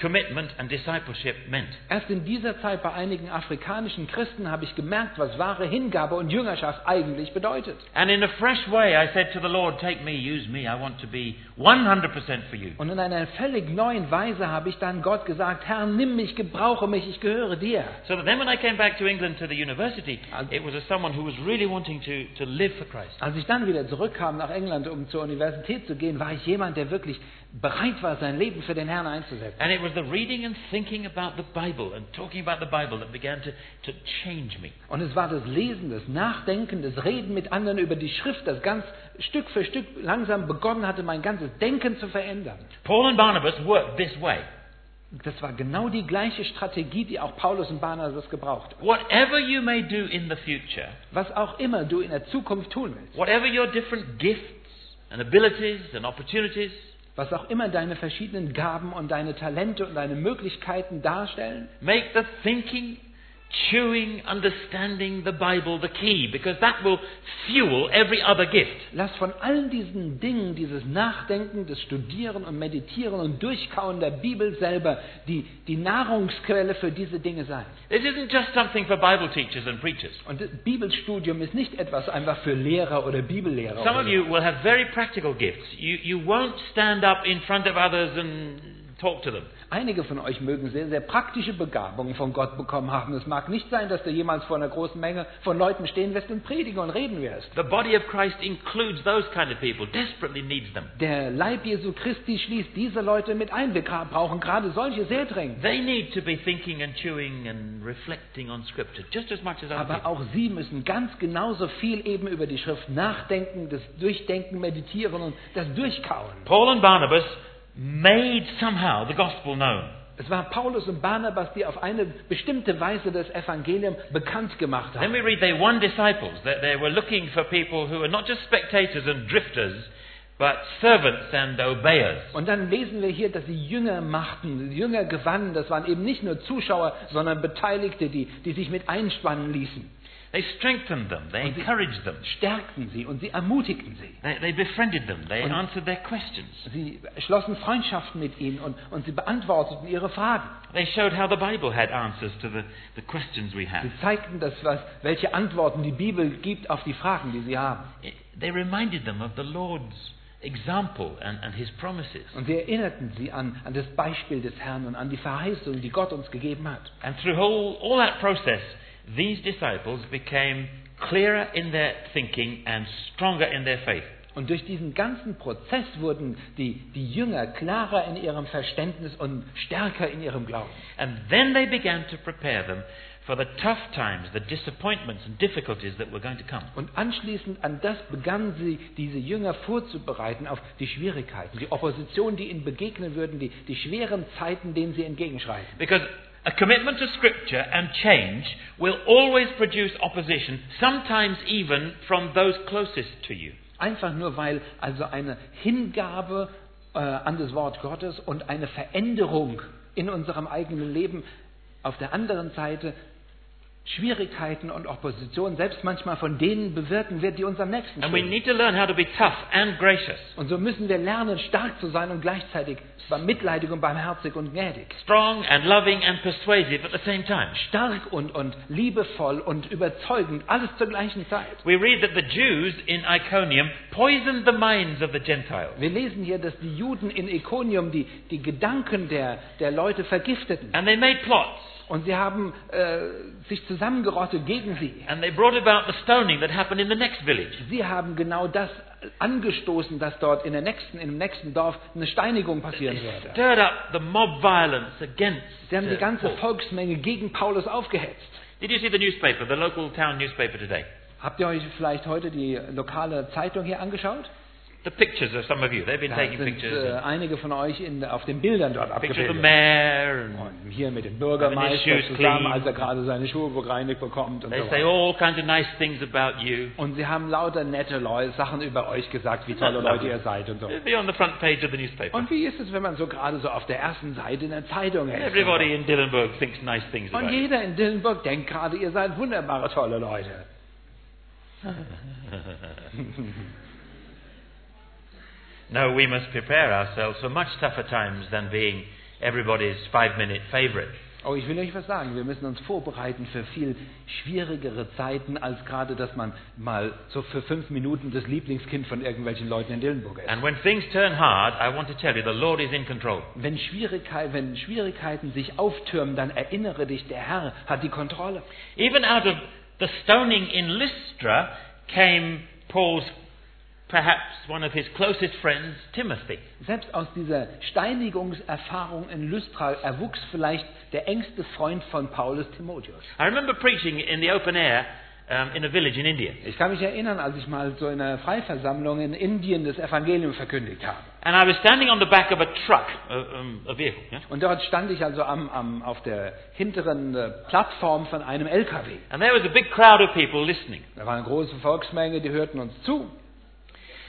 Speaker 1: commitment and discipleship meant.
Speaker 2: Erst in dieser Zeit bei einigen afrikanischen Christen habe ich gemerkt, was wahre Hingabe und Jüngerschaft eigentlich bedeutet.
Speaker 1: And in a fresh way, I said to the Lord, Take me, use me, I want to be 100% for you.
Speaker 2: Und in einer völlig neuen Weise habe ich dann Gott gesagt, Herr, nimm mich, gebrauche mich, ich gehöre dir.
Speaker 1: So that then when I came back to England to the university,
Speaker 2: And-
Speaker 1: it was as someone who was really wanting to, to live for Christ.
Speaker 2: Als ich dann wieder zurückkam nach England, um zur Universität zu gehen, war ich jemand, der wirklich bereit war, sein Leben für den Herrn einzusetzen.
Speaker 1: And it was the reading and thinking about the Bible and talking about the Bible that began to, to change me.
Speaker 2: Und es war das Lesen, das Nachdenken, das Reden mit anderen über die Schrift, das ganz Stück für Stück langsam begonnen hatte, mein ganzes Denken zu verändern.
Speaker 1: Paul and Barnabas worked this way.
Speaker 2: Das war genau die gleiche Strategie, die auch Paulus und Barnabas gebraucht
Speaker 1: Whatever you may do in the future,
Speaker 2: Was auch immer du in der Zukunft tun willst,
Speaker 1: whatever your different gifts and abilities and opportunities,
Speaker 2: was auch immer deine verschiedenen Gaben und deine Talente und deine Möglichkeiten darstellen,
Speaker 1: Make the thinking, chewing, understanding the Bible the key, because that will fuel every other gift.
Speaker 2: lass von all diesen Dingen, dieses Nachdenken, das Studieren und Meditieren und Durchkauen der Bibel selber, die, die Nahrungsquelle für diese Dinge sein.
Speaker 1: This isn't just something for Bible teachers and preachers.
Speaker 2: Und das Bibelstudium ist nicht etwas einfach für Lehrer oder Bibellehrer.
Speaker 1: Some
Speaker 2: oder
Speaker 1: of
Speaker 2: so.
Speaker 1: you will have very practical gifts. You, you won't stand up in front of others and talk to them.
Speaker 2: Einige von euch mögen sehr, sehr praktische Begabungen von Gott bekommen haben. Es mag nicht sein, dass du jemals vor einer großen Menge von Leuten stehen wirst und predigen und reden wirst.
Speaker 1: The body of Christ includes those kind of people, desperately needs them.
Speaker 2: Der Leib Jesu Christi schließt diese Leute mit ein. Wir gra- brauchen gerade solche sehr dringend.
Speaker 1: They need to be thinking and chewing and reflecting on Scripture just as much as other
Speaker 2: Aber
Speaker 1: people.
Speaker 2: auch sie müssen ganz genauso viel eben über die Schrift nachdenken, das Durchdenken, Meditieren und das Durchkauen.
Speaker 1: Paul and Barnabas made somehow the gospel known.
Speaker 2: Es war Paulus und Barnabas, die auf eine bestimmte Weise das Evangelium bekannt gemacht
Speaker 1: Then
Speaker 2: haben.
Speaker 1: we read they won disciples, that they were looking for people who are not just spectators and drifters, but servants and obeyers.
Speaker 2: Und dann lesen wir hier, dass sie Jünger machten, Jünger gewannen. Das waren eben nicht nur Zuschauer, sondern Beteiligte, die, die sich mit einspannen ließen.
Speaker 1: They strengthened them, they
Speaker 2: Und sie-
Speaker 1: encouraged them,
Speaker 2: Stärkten sie und sie ermutigten sie.
Speaker 1: they, they befriended them, they
Speaker 2: Und-
Speaker 1: answered their questions,
Speaker 2: Sie schlossen Freundschaften mit ihnen und, und sie beantworteten ihre Fragen.
Speaker 1: they showed how the Bible had answers to the, the questions we have.
Speaker 2: Sie zeigten, das, was, welche Antworten die Bibel gibt auf die Fragen, die sie haben.
Speaker 1: It- They reminded them of the Lord's example and, and his promises.
Speaker 2: Und sie erinnerten sie an, an das Beispiel des Herrn und an die Verheißung, die Gott uns gegeben hat.
Speaker 1: And through all, all that process, these disciples became clearer in their thinking and stronger in their faith.
Speaker 2: Und durch diesen ganzen Prozess wurden die, die Jünger klarer in ihrem Verständnis und stärker in ihrem Glauben.
Speaker 1: And then they began to prepare them for the tough times, the disappointments and difficulties that were going to come.
Speaker 2: Und anschließend an das begannen sie, diese Jünger vorzubereiten auf die Schwierigkeiten, die Opposition, die ihnen begegnen würden, die, die schweren Zeiten, denen sie entgegenschreiten.
Speaker 1: Because a commitment to Scripture and change will always produce opposition, sometimes even from those closest to you.
Speaker 2: Einfach nur, weil also eine Hingabe äh, an das Wort Gottes und eine Veränderung in unserem eigenen Leben auf der anderen Seite Schwierigkeiten und Opposition selbst manchmal von denen bewirken wird, die uns am nächsten
Speaker 1: And we
Speaker 2: stehen.
Speaker 1: need to learn how to be tough and gracious,
Speaker 2: Und so müssen wir lernen, stark zu sein und gleichzeitig mitleidig und barmherzig und gnädig.
Speaker 1: strong and loving and persuasive at the same time.
Speaker 2: Stark und, und liebevoll und überzeugend, alles zur gleichen Zeit.
Speaker 1: We read that the Jews in Iconium poisoned the minds of the Gentiles.
Speaker 2: Wir lesen hier, dass die Juden in Ikonium die, die Gedanken der, der Leute vergifteten.
Speaker 1: And they made plots.
Speaker 2: Und sie haben äh, sich zusammengerottet gegen sie.
Speaker 1: And they brought about the stoning that happened in the next village.
Speaker 2: Sie haben genau das angestoßen, dass dort in der nächsten, im nächsten Dorf eine Steinigung passieren würde.
Speaker 1: Stirred up the mob violence against.
Speaker 2: Sie haben die
Speaker 1: uh,
Speaker 2: ganze
Speaker 1: Paul.
Speaker 2: Volksmenge gegen Paulus aufgehetzt.
Speaker 1: Did you see the newspaper, the local town newspaper today?
Speaker 2: Habt ihr euch vielleicht heute die lokale Zeitung hier angeschaut?
Speaker 1: The pictures of some of you. They've been
Speaker 2: Da
Speaker 1: taking
Speaker 2: sind äh,
Speaker 1: pictures.
Speaker 2: einige von euch in, auf den Bildern dort
Speaker 1: pictures of the
Speaker 2: abgebildet.
Speaker 1: mayor. And
Speaker 2: Und hier mit dem
Speaker 1: Having
Speaker 2: Bürgermeister
Speaker 1: his shoes
Speaker 2: zusammen,
Speaker 1: clean.
Speaker 2: als er gerade seine Schuhe bereinigt bekommt und
Speaker 1: they
Speaker 2: so
Speaker 1: say
Speaker 2: weiter.
Speaker 1: all kinds of nice things about you.
Speaker 2: Und sie haben lauter nette Leute, Sachen über euch gesagt, wie
Speaker 1: Isn't that
Speaker 2: tolle Leute
Speaker 1: lovely?
Speaker 2: ihr seid und so.
Speaker 1: It'll be on the front page of the newspaper.
Speaker 2: Und wie ist es, wenn man so gerade so auf der ersten Seite in der Zeitung ist?
Speaker 1: Everybody in Dillenburg thinks nice things
Speaker 2: Und
Speaker 1: about you.
Speaker 2: jeder in Dillenburg denkt gerade, ihr seid wunderbare, tolle Leute.
Speaker 1: No, we must prepare ourselves for much tougher times than being everybody's five minute favourite.
Speaker 2: Oh, ich will euch was sagen. Wir müssen uns vorbereiten für viel schwierigere Zeiten, als gerade, dass man mal so für fünf Minuten das Lieblingskind von irgendwelchen Leuten in Dillenburg ist.
Speaker 1: And when things turn hard, I want to tell you the Lord is in control.
Speaker 2: Wenn, Schwierigkeit, wenn Schwierigkeiten sich auftürmen, dann erinnere dich, der Herr hat die Kontrolle.
Speaker 1: Even out of the stoning in Lystra came Paul's, perhaps one of his closest friends, Timothy.
Speaker 2: Selbst aus dieser Steinigungserfahrung in Lystra erwuchs vielleicht der engste Freund von Paulus, Timotheus.
Speaker 1: I remember preaching in the open air um, in a village in India.
Speaker 2: Ich kann mich erinnern, als ich mal so in einer Freiversammlung in Indien das Evangelium verkündigt habe.
Speaker 1: And I was standing on the back of a truck, a, um, a vehicle. yeah?
Speaker 2: Und dort stand ich also am, am, auf der hinteren äh, Plattform von einem LKW.
Speaker 1: And there was a big crowd of people listening.
Speaker 2: Da war eine große Volksmenge, die hörten uns zu.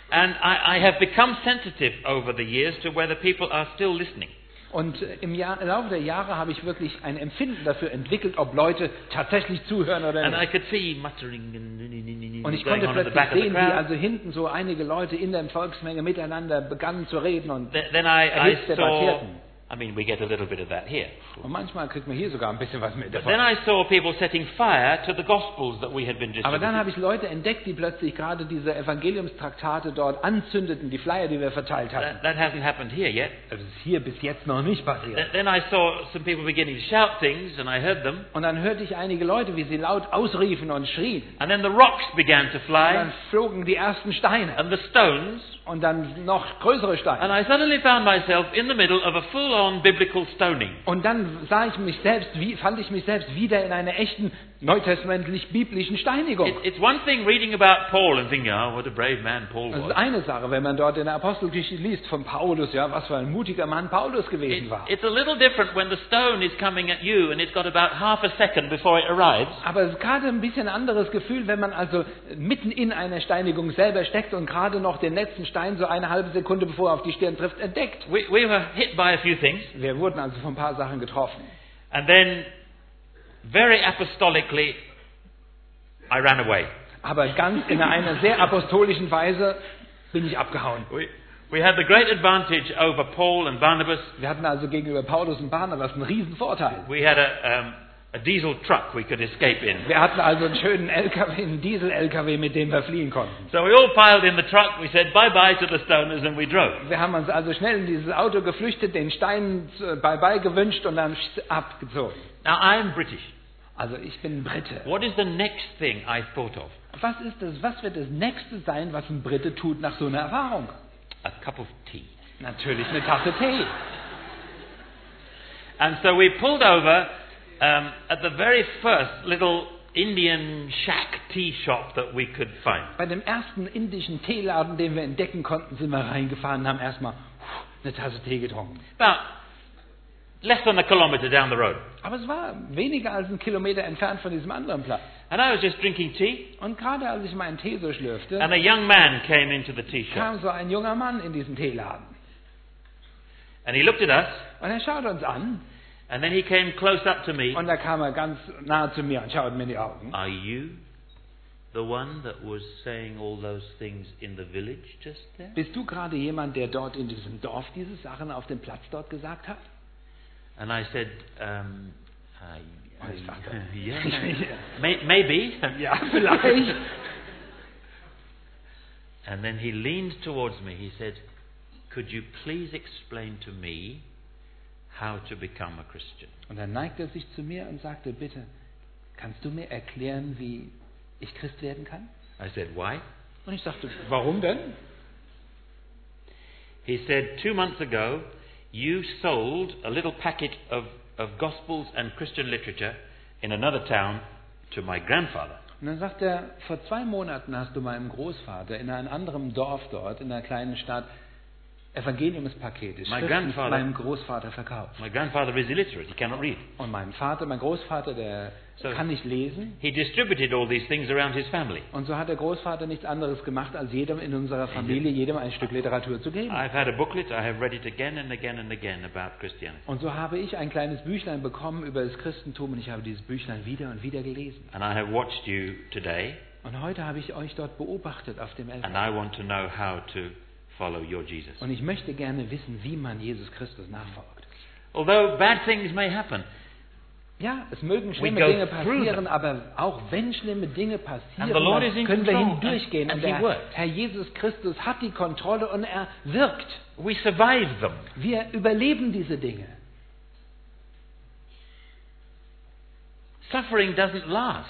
Speaker 1: And I, I have become sensitive over the years to whether people are still listening.
Speaker 2: Und äh, im, Jahr, im Laufe der Jahre habe ich wirklich ein Empfinden dafür entwickelt, ob Leute tatsächlich zuhören oder
Speaker 1: And I
Speaker 2: nicht.
Speaker 1: could see muttering and
Speaker 2: Und ich
Speaker 1: going
Speaker 2: konnte
Speaker 1: on at the
Speaker 2: plötzlich
Speaker 1: back of the
Speaker 2: sehen, wie
Speaker 1: crowd.
Speaker 2: also hinten so einige Leute in der Volksmenge miteinander begannen zu reden. Und,
Speaker 1: Th- Then I,
Speaker 2: erhitzt
Speaker 1: I
Speaker 2: der
Speaker 1: saw.
Speaker 2: Bakterien.
Speaker 1: I mean, we get a little bit of that here.
Speaker 2: und manchmal kriegt man hier sogar ein bisschen was mit
Speaker 1: But then
Speaker 2: davon.
Speaker 1: I saw people setting fire to the Gospels Ah, that we had been
Speaker 2: Aber
Speaker 1: distributing.
Speaker 2: dann habe ich Leute entdeckt, die plötzlich gerade diese Evangeliumstraktate dort anzündeten, die Flyer, die wir verteilt hatten. Also,
Speaker 1: That, that hasn't happened here yet.
Speaker 2: Das ist hier bis jetzt noch nicht passiert.
Speaker 1: Th- Then I saw some people beginning to shout things, and I heard them.
Speaker 2: Und dann hörte ich einige Leute, wie sie laut ausriefen und schrien.
Speaker 1: And then the rocks began to
Speaker 2: Und dann
Speaker 1: fly,
Speaker 2: flogen die ersten Steine
Speaker 1: and the stones.
Speaker 2: und dann noch größere
Speaker 1: And
Speaker 2: Steine.
Speaker 1: I suddenly found myself in the middle of a full-on biblical stoning.
Speaker 2: Und dann sah ich mich selbst, wie, fand ich mich selbst wieder in einer echten neutestamentlich-biblischen
Speaker 1: It,
Speaker 2: Steinigung.
Speaker 1: it's one thing reading about Paul and thinking, oh, what a brave man Paul
Speaker 2: Das ist
Speaker 1: was.
Speaker 2: eine Sache, wenn man dort in der Apostelgeschichte liest von Paulus, ja, was für ein mutiger Mann Paulus
Speaker 1: It,
Speaker 2: gewesen war.
Speaker 1: it's a little different when the stone is coming at you and it's got about half a second before it arrives.
Speaker 2: Aber es ist gerade ein bisschen anderes Gefühl, wenn man also mitten in einer Steinigung selber steckt und gerade noch den letzten Stein so eine halbe Sekunde bevor er auf die Stirn trifft, entdeckt.
Speaker 1: We, we were hit by a few things,
Speaker 2: Wir wurden also von ein paar Sachen getroffen.
Speaker 1: and then, very apostolically, I ran away.
Speaker 2: Aber ganz in einer sehr apostolischen Weise bin ich abgehauen.
Speaker 1: We, we had the great advantage over Paul and Barnabas.
Speaker 2: Wir hatten also gegenüber Paulus und Barnabas einen riesen Vorteil.
Speaker 1: We had a, um, a diesel truck we could escape in.
Speaker 2: Wir hatten also einen schönen LKW, einen Diesel-LKW, mit dem wir fliehen konnten.
Speaker 1: So we all piled in the truck, we said bye bye to the stoners, and we drove.
Speaker 2: Wir haben uns also schnell in dieses Auto geflüchtet, den Stein äh, bye-bye gewünscht und dann sch- abgezogen.
Speaker 1: Now, I'm British.
Speaker 2: Also ich bin Brite.
Speaker 1: What is the next thing I thought of?
Speaker 2: Was ist das, was wird das Nächste sein, was ein Brite tut nach so einer Erfahrung?
Speaker 1: A cup of tea.
Speaker 2: Natürlich eine Tasse Tee.
Speaker 1: And so we pulled over um, at the very first little Indian shack tea shop that we could find.
Speaker 2: Bei dem ersten indischen Teeladen, den wir entdecken konnten, sind wir reingefahren und haben erstmal puh, eine Tasse Tee getrunken.
Speaker 1: About less than a kilometre down the road.
Speaker 2: Aber es war weniger als ein Kilometer entfernt von diesem anderen Platz.
Speaker 1: And I was just drinking tea,
Speaker 2: Und gerade als ich meinen Tee so schlürfte,
Speaker 1: and a young man came into the tea shop.
Speaker 2: kam so ein junger Mann in diesen Teeladen.
Speaker 1: And he looked at us,
Speaker 2: Und er schaut uns an
Speaker 1: And then he came close up to me.
Speaker 2: Und da kam er ganz nahe zu mir und schaute mir in die Augen.
Speaker 1: Are you the one that was saying all those things in the village just there?
Speaker 2: Bist du gerade jemand, der dort in diesem Dorf diese Sachen auf dem Platz dort gesagt hat?
Speaker 1: And I said, um, I,
Speaker 2: Oh, he's back
Speaker 1: I,
Speaker 2: there.
Speaker 1: yeah, May, maybe.
Speaker 2: Ja, vielleicht.
Speaker 1: And then he leaned towards me. He said, Could you please explain to me how to become a Christian?
Speaker 2: Und dann neigte er sich zu mir und sagte, bitte, kannst du mir erklären, wie ich Christ werden kann?
Speaker 1: I said, Why?
Speaker 2: Und ich sagte, warum denn?
Speaker 1: He said, Two months ago, you sold a little packet of, of Gospels and Christian literature in another town to my grandfather.
Speaker 2: Und dann sagt er, vor zwei Monaten hast du meinem Großvater in einem anderen Dorf dort, in einer kleinen Stadt, Evangeliumspakete,
Speaker 1: My
Speaker 2: Schriften
Speaker 1: grandfather-
Speaker 2: meinem Großvater verkauft.
Speaker 1: My grandfather is illiterate, he cannot read.
Speaker 2: Und mein Vater, mein Großvater, der
Speaker 1: So-
Speaker 2: kann nicht lesen.
Speaker 1: He distributed all these things around his family.
Speaker 2: Und so hat der Großvater nichts anderes gemacht, als jedem in unserer Familie, jedem ein Stück Literatur zu geben.
Speaker 1: I've had a booklet, I have read it again and again and again about Christianity.
Speaker 2: Und so habe ich ein kleines Büchlein bekommen über das Christentum und ich habe dieses Büchlein wieder und wieder gelesen.
Speaker 1: And I have watched you today,
Speaker 2: Und heute habe ich euch dort beobachtet auf dem Elfer.
Speaker 1: and I want to know how to follow your Jesus.
Speaker 2: Und ich möchte gerne wissen, wie man Jesus Christus nachfolgt.
Speaker 1: Although bad things may happen,
Speaker 2: Ja, es mögen schlimme
Speaker 1: go
Speaker 2: Dinge
Speaker 1: through them.
Speaker 2: passieren, aber auch wenn schlimme Dinge passieren,
Speaker 1: And the Lord is
Speaker 2: dann
Speaker 1: in
Speaker 2: können wir
Speaker 1: control
Speaker 2: hindurchgehen.
Speaker 1: and-
Speaker 2: und
Speaker 1: and he
Speaker 2: der
Speaker 1: works.
Speaker 2: Herr Jesus Christus hat die Kontrolle und er wirkt.
Speaker 1: we survive them.
Speaker 2: Wir überleben diese Dinge.
Speaker 1: Suffering doesn't last.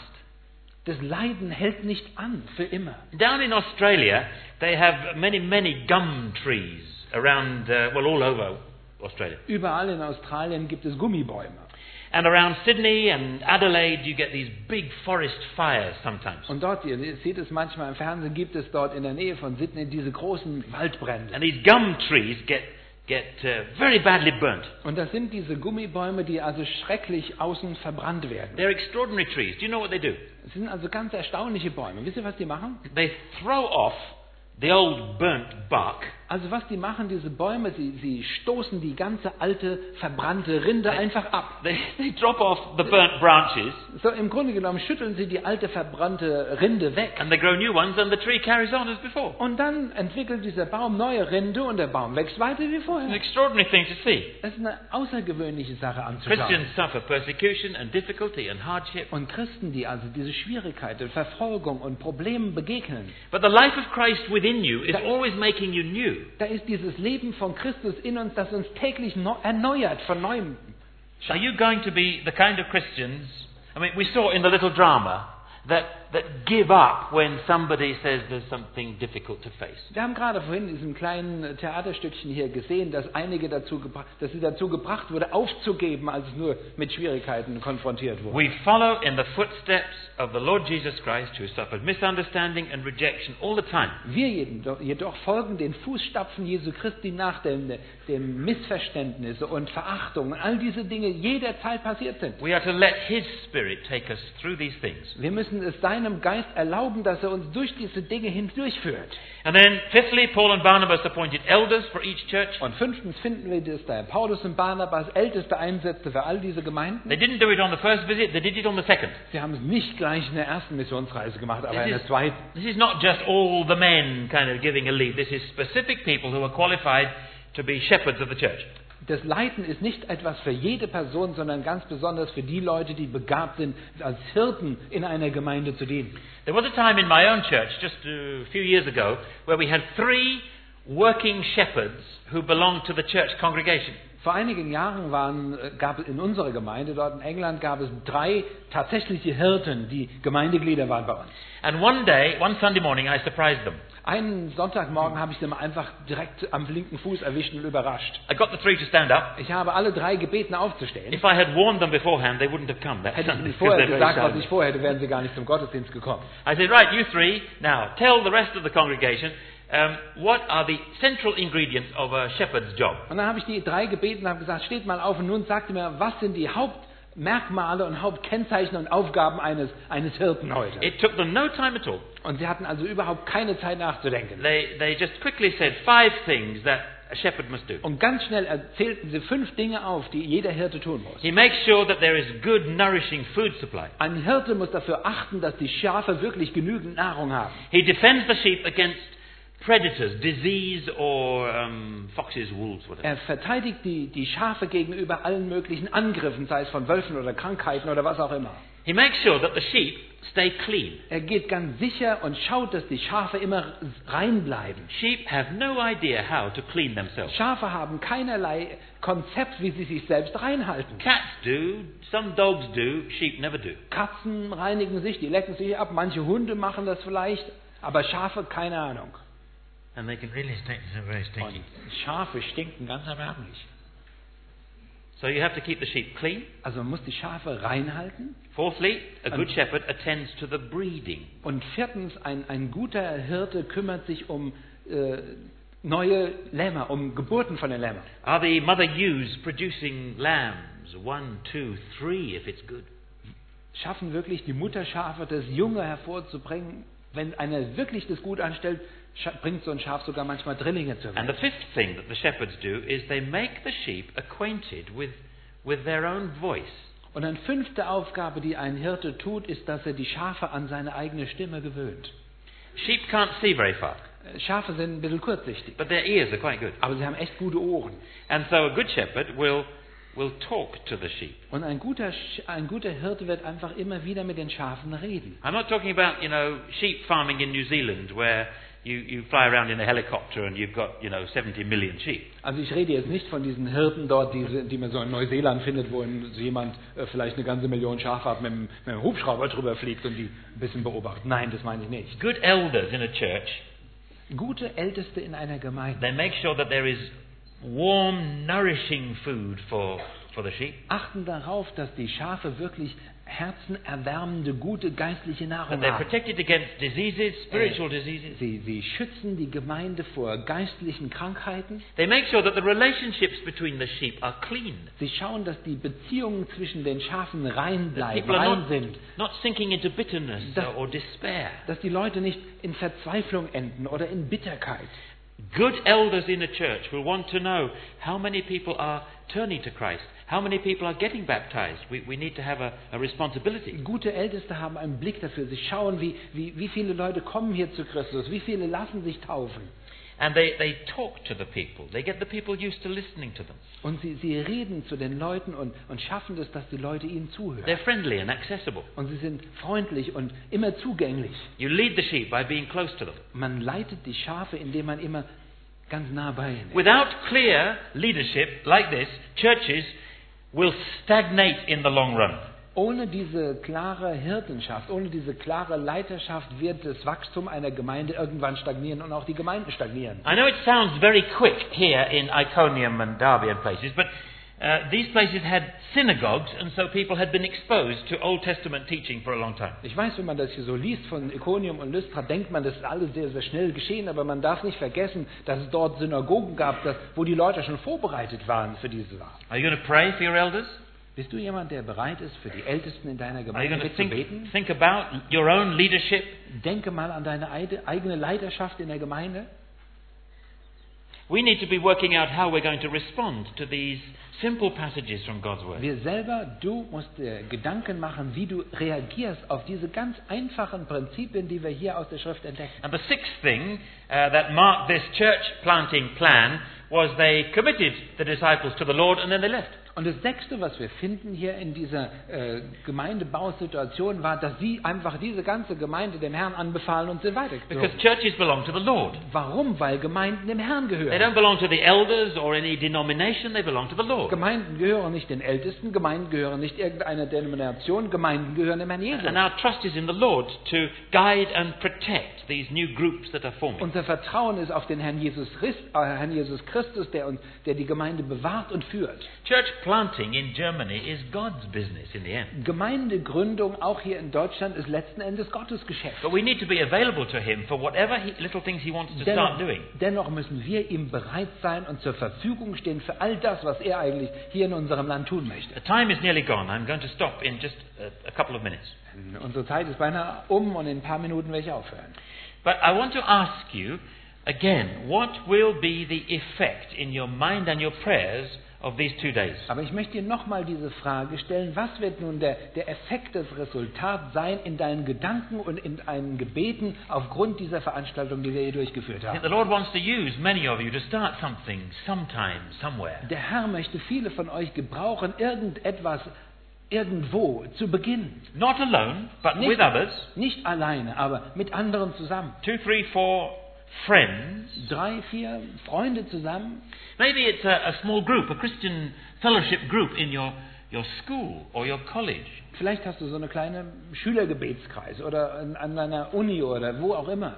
Speaker 2: Das Leiden hält nicht an für immer.
Speaker 1: Down in Australia, they have many, many gum trees around, uh, well, all over Australia.
Speaker 2: Überall in Australien gibt es Gummibäume.
Speaker 1: And around Sydney and Adelaide, you get these big forest fires sometimes.
Speaker 2: Und dort, ihr seht es manchmal im Fernsehen, gibt es dort in der Nähe von Sydney diese großen Waldbrände.
Speaker 1: And these gum trees get, get uh, very badly burnt.
Speaker 2: Und das sind diese Gummibäume, die also schrecklich außen verbrannt werden.
Speaker 1: They're extraordinary trees. Do you know what they do?
Speaker 2: Es sind also ganz erstaunliche Bäume. Wisst ihr, was die machen?
Speaker 1: They throw off the old burnt bark.
Speaker 2: Also was die machen, diese Bäume, sie, sie stoßen die ganze alte, verbrannte Rinde einfach ab.
Speaker 1: They, they drop off the burnt branches
Speaker 2: So im Grunde genommen schütteln sie die alte, verbrannte Rinde weg.
Speaker 1: and they grow new ones, and the tree carries on as before.
Speaker 2: Und dann entwickelt dieser Baum neue Rinde und der Baum wächst weiter wie
Speaker 1: It's an
Speaker 2: vorher.
Speaker 1: extraordinary thing to see.
Speaker 2: Das ist eine außergewöhnliche Sache anzuschauen.
Speaker 1: Christians suffer persecution and difficulty and hardship.
Speaker 2: Und Christen, die also diese Schwierigkeiten, Verfolgung und Problemen begegnen,
Speaker 1: But the life of Christ within you is always making you new.
Speaker 2: da ist dieses Leben von Christus in uns, das uns täglich neu- erneuert, von neuem.
Speaker 1: Are you going to be the kind of Christians? I mean, we saw in the little drama that, that give up when somebody says there's something difficult to face.
Speaker 2: Wir haben gerade vorhin in diesem kleinen Theaterstückchen hier gesehen, dass einige dazu gebracht, dass sie dazu gebracht wurde, aufzugeben, als es nur mit Schwierigkeiten konfrontiert wurde.
Speaker 1: We follow in the footsteps of the Lord Jesus Christ, who suffered misunderstanding and rejection all the time.
Speaker 2: Wir jedo- jedoch folgen den Fußstapfen Jesu Christi nach, dem, dem Missverständnisse und Verachtung und all diese Dinge jederzeit passiert sind.
Speaker 1: We are to let His Spirit take us through these things.
Speaker 2: Wir müssen es seinem Geist erlauben, dass er uns durch diese Dinge hindurchführt.
Speaker 1: And then, fifthly, Paul and Barnabas appointed elders for each church.
Speaker 2: Und fünftens finden wir, dass der Paulus und Barnabas Älteste einsetzte für all diese Gemeinden.
Speaker 1: They didn't do it on the first visit, they did it on the second.
Speaker 2: Sie haben es nicht gleich in der ersten Missionsreise gemacht, aber in
Speaker 1: This
Speaker 2: der
Speaker 1: is,
Speaker 2: zweiten.
Speaker 1: this is not just all the men kind of giving a lead. This is specific people who are qualified to be shepherds of the church.
Speaker 2: Das Leiten ist nicht etwas für jede Person, sondern ganz besonders für die Leute, die begabt sind, als Hirten in einer Gemeinde zu dienen.
Speaker 1: There was a time in my own church, just a few years ago, where we had three working shepherds who belonged to the church congregation.
Speaker 2: Vor einigen Jahren waren, äh, gab es in unserer Gemeinde, dort in England, gab es drei tatsächliche Hirten, die Gemeindeglieder waren bei uns.
Speaker 1: And one day, one Sunday morning, I surprised them.
Speaker 2: Einen Sonntagmorgen habe ich sie mal einfach direkt am linken Fuß erwischt und überrascht.
Speaker 1: I got the three to stand up.
Speaker 2: Ich habe alle drei gebeten aufzustehen.
Speaker 1: If I had warned them beforehand, they wouldn't have come that
Speaker 2: Hätte ich
Speaker 1: Sunday. 'cause
Speaker 2: ihnen vorher
Speaker 1: they're very
Speaker 2: gesagt, was
Speaker 1: shouty.
Speaker 2: ich vorhätte, wären sie gar nicht zum Gottesdienst gekommen.
Speaker 1: I said, right, you three, now tell the rest of the congregation um, what are the central ingredients of a shepherd's job.
Speaker 2: Und dann habe ich die drei gebeten und habe gesagt, steht mal auf und nun sagt ihr mir, was sind die Hauptmerkmale und Hauptkennzeichen und Aufgaben eines, eines Hirten heute?
Speaker 1: It took them no time at all.
Speaker 2: Und sie hatten also überhaupt keine Zeit nachzudenken.
Speaker 1: They, they just quickly said five things that a shepherd must do.
Speaker 2: Und ganz schnell erzählten sie fünf Dinge auf, die jeder Hirte tun muss.
Speaker 1: He makes sure that there is good, nourishing food supply.
Speaker 2: Ein Hirte muss dafür achten, dass die Schafe wirklich genügend Nahrung haben.
Speaker 1: He defends the sheep against predators, disease, or um, foxes, wolves, whatever.
Speaker 2: Er verteidigt die, die Schafe gegenüber allen möglichen Angriffen, sei es von Wölfen oder Krankheiten oder was auch immer.
Speaker 1: He makes sure that the sheep stay clean.
Speaker 2: Er geht ganz sicher und schaut, dass die Schafe immer rein bleiben.
Speaker 1: Sheep have no idea how to clean themselves.
Speaker 2: Schafe haben keinerlei Konzept, wie sie sich selbst reinhalten.
Speaker 1: Cats do, some dogs do, sheep never do.
Speaker 2: Katzen reinigen sich, die lecken sich ab, manche Hunde machen das vielleicht, aber Schafe keine Ahnung.
Speaker 1: And they can really stink, they're very stinky.
Speaker 2: Und Schafe stinken ganz erbärmlich.
Speaker 1: So you have to keep the sheep clean.
Speaker 2: Also man muss die Schafe reinhalten.
Speaker 1: Fourthly, a good
Speaker 2: And-
Speaker 1: shepherd attends to the breeding.
Speaker 2: Und viertens, ein, ein guter Hirte kümmert sich um äh, neue Lämmer, um Geburten von den Lämmern.
Speaker 1: Are the mother ewes producing lambs? One, two, three, if it's good.
Speaker 2: Schaffen wirklich die Mutterschafe, das Junge hervorzubringen. Wenn einer wirklich das gut anstellt, scha- bringt so ein Schaf sogar manchmal Drillinge zur
Speaker 1: And the
Speaker 2: Welt.
Speaker 1: fifth thing that the shepherds do is they make the sheep acquainted with, with their own voice.
Speaker 2: Und eine fünfte Aufgabe, die ein Hirte tut, ist, dass er die Schafe an seine eigene Stimme gewöhnt.
Speaker 1: Sheep can't see very far,
Speaker 2: Äh, Schafe sind ein bisschen kurzsichtig,
Speaker 1: but their ears are quite good.
Speaker 2: aber sie haben echt gute Ohren.
Speaker 1: And so a good shepherd will, will talk to the sheep.
Speaker 2: Und ein guter, Sch- ein guter Hirte wird einfach immer wieder mit den Schafen reden.
Speaker 1: I'm not talking about, you know, sheep farming in New Zealand where you, you fly around in a helicopter and you've got, you know, 70 million sheep.
Speaker 2: Also ich rede jetzt nicht von diesen Hirten dort, die, die man so in Neuseeland findet, wo in- so jemand äh, vielleicht eine ganze Million Schafe hat, mit dem, mit dem Hubschrauber drüber fliegt und die ein bisschen beobachtet. Nein, das meine ich nicht.
Speaker 1: Good elders in a church,
Speaker 2: Gute Älteste in einer Gemeinde
Speaker 1: they make sure that there is warm, nourishing food for, for the sheep.
Speaker 2: achten darauf, dass die Schafe wirklich herzenerwärmende, gute geistliche
Speaker 1: That
Speaker 2: Nahrung
Speaker 1: they're
Speaker 2: haben.
Speaker 1: protected against diseases, spiritual diseases.
Speaker 2: Sie, sie schützen die Gemeinde vor geistlichen Krankheiten.
Speaker 1: They make sure that the relationships between the sheep are clean.
Speaker 2: Sie schauen, dass die Beziehungen zwischen den Schafen rein
Speaker 1: That
Speaker 2: bleiben,
Speaker 1: people are
Speaker 2: rein
Speaker 1: not,
Speaker 2: sind.
Speaker 1: not sinking into bitterness
Speaker 2: That-
Speaker 1: or despair.
Speaker 2: Dass die Leute nicht in Verzweiflung enden oder in Bitterkeit.
Speaker 1: Good elders in a church will want to know how many people are turning to Christ, how many people are getting baptized. We, we need to have a, a responsibility.
Speaker 2: Gute Älteste haben einen Blick dafür. Sie schauen, wie, wie, wie viele Leute kommen hier zu Christus, wie viele lassen sich taufen.
Speaker 1: And they, they talk to the people, they get the people used to listening to them.
Speaker 2: Und sie, sie reden zu den Leuten und, und schaffen es, dass die Leute ihnen zuhören.
Speaker 1: They're friendly and accessible.
Speaker 2: Und sie sind freundlich und immer zugänglich.
Speaker 1: You lead the sheep by being close to them.
Speaker 2: Man leitet die Schafe, indem man immer ganz nah bei ihnen ist.
Speaker 1: Without clear leadership like this, churches will stagnate in the long run.
Speaker 2: Ohne diese klare Hirtenschaft, ohne diese klare Leiterschaft wird das Wachstum einer Gemeinde irgendwann stagnieren und auch die Gemeinden stagnieren.
Speaker 1: I know it sounds very quick here in Iconium and Derby and places, but uh, these places had synagogues, and so people had been exposed to Old Testament teaching for a long time.
Speaker 2: Ich weiß, wenn man das hier so liest von Iconium und Lystra, denkt man, das ist alles sehr, sehr schnell geschehen, aber man darf nicht vergessen, dass es dort Synagogen gab, dass, wo die Leute schon vorbereitet waren für diese Sache.
Speaker 1: Are you going to pray for your elders?
Speaker 2: Bist du jemand, der bereit ist, für die Ältesten in deiner
Speaker 1: Are you going
Speaker 2: Gemeinde
Speaker 1: to think,
Speaker 2: mitzubeten?
Speaker 1: think about your own leadership?
Speaker 2: Denke mal an deine eide- eigene Leiterschaft in der Gemeinde.
Speaker 1: We need to be working out how we're going to respond to these simple passages from God's Word.
Speaker 2: Wir selber, du musst dir Gedanken machen, wie du reagierst auf diese ganz einfachen Prinzipien, die wir hier aus der Schrift entdecken.
Speaker 1: And the sixth thing uh, that marked this church planting plan was they committed the disciples to the Lord and then they left.
Speaker 2: Und das Sechste, was wir finden hier in dieser äh, Gemeindebausituation, war, dass sie einfach diese ganze Gemeinde dem Herrn anbefahlen und sind
Speaker 1: Because
Speaker 2: weitergezogen.
Speaker 1: churches belong to the Lord.
Speaker 2: Warum? Weil Gemeinden dem Herrn
Speaker 1: They
Speaker 2: gehören.
Speaker 1: don't belong to the elders or any denomination, they belong to the Lord.
Speaker 2: Gemeinden gehören nicht den Ältesten, Gemeinden gehören nicht irgendeiner Denomination, Gemeinden gehören dem Herrn Jesus.
Speaker 1: And our trust is in the Lord to guide and protect these new groups that are forming.
Speaker 2: Unser Vertrauen ist auf den Herrn Jesus, Christ, äh, Herrn Jesus Christus, der, uns, der die Gemeinde bewahrt und führt.
Speaker 1: Church planting in Germany is God's business in the end.
Speaker 2: Gemeindegründung auch hier in Deutschland ist letzten Endes Gottes Geschäft.
Speaker 1: But we need to be available to Him for whatever he, little things He wants to
Speaker 2: Dennoch,
Speaker 1: start doing.
Speaker 2: dennoch müssen wir ihm bereit sein und zur Verfügung stehen für all das, was er eigentlich hier in unserem Land tun möchte.
Speaker 1: The time is nearly gone. I'm going to stop in just a, a couple of minutes.
Speaker 2: Unsere Zeit ist beinahe um und in ein paar Minuten werde ich aufhören.
Speaker 1: But I want to ask you Again, what will be the effect in your mind and your prayers of these two days?
Speaker 2: Aber ich möchte dir nochmal diese Frage stellen, was wird nun der, der Effekt, das Resultat sein in deinen Gedanken und in deinen Gebeten aufgrund dieser Veranstaltung, die wir hier durchgeführt
Speaker 1: I think
Speaker 2: haben?
Speaker 1: the Lord wants to use many of you to start something, sometime, somewhere.
Speaker 2: Der Herr möchte viele von euch gebrauchen, irgendetwas irgendwo zu beginnen.
Speaker 1: Not alone, but
Speaker 2: Nicht,
Speaker 1: with others.
Speaker 2: nicht alleine, aber mit anderen zusammen.
Speaker 1: Two, three, four friends.
Speaker 2: Drei, vier Freunde zusammen.
Speaker 1: Maybe it's a, a small group, a Christian fellowship group in your, your school or your college.
Speaker 2: Vielleicht hast du so eine kleine Schülergebetskreis oder an, an deiner Uni oder wo auch immer.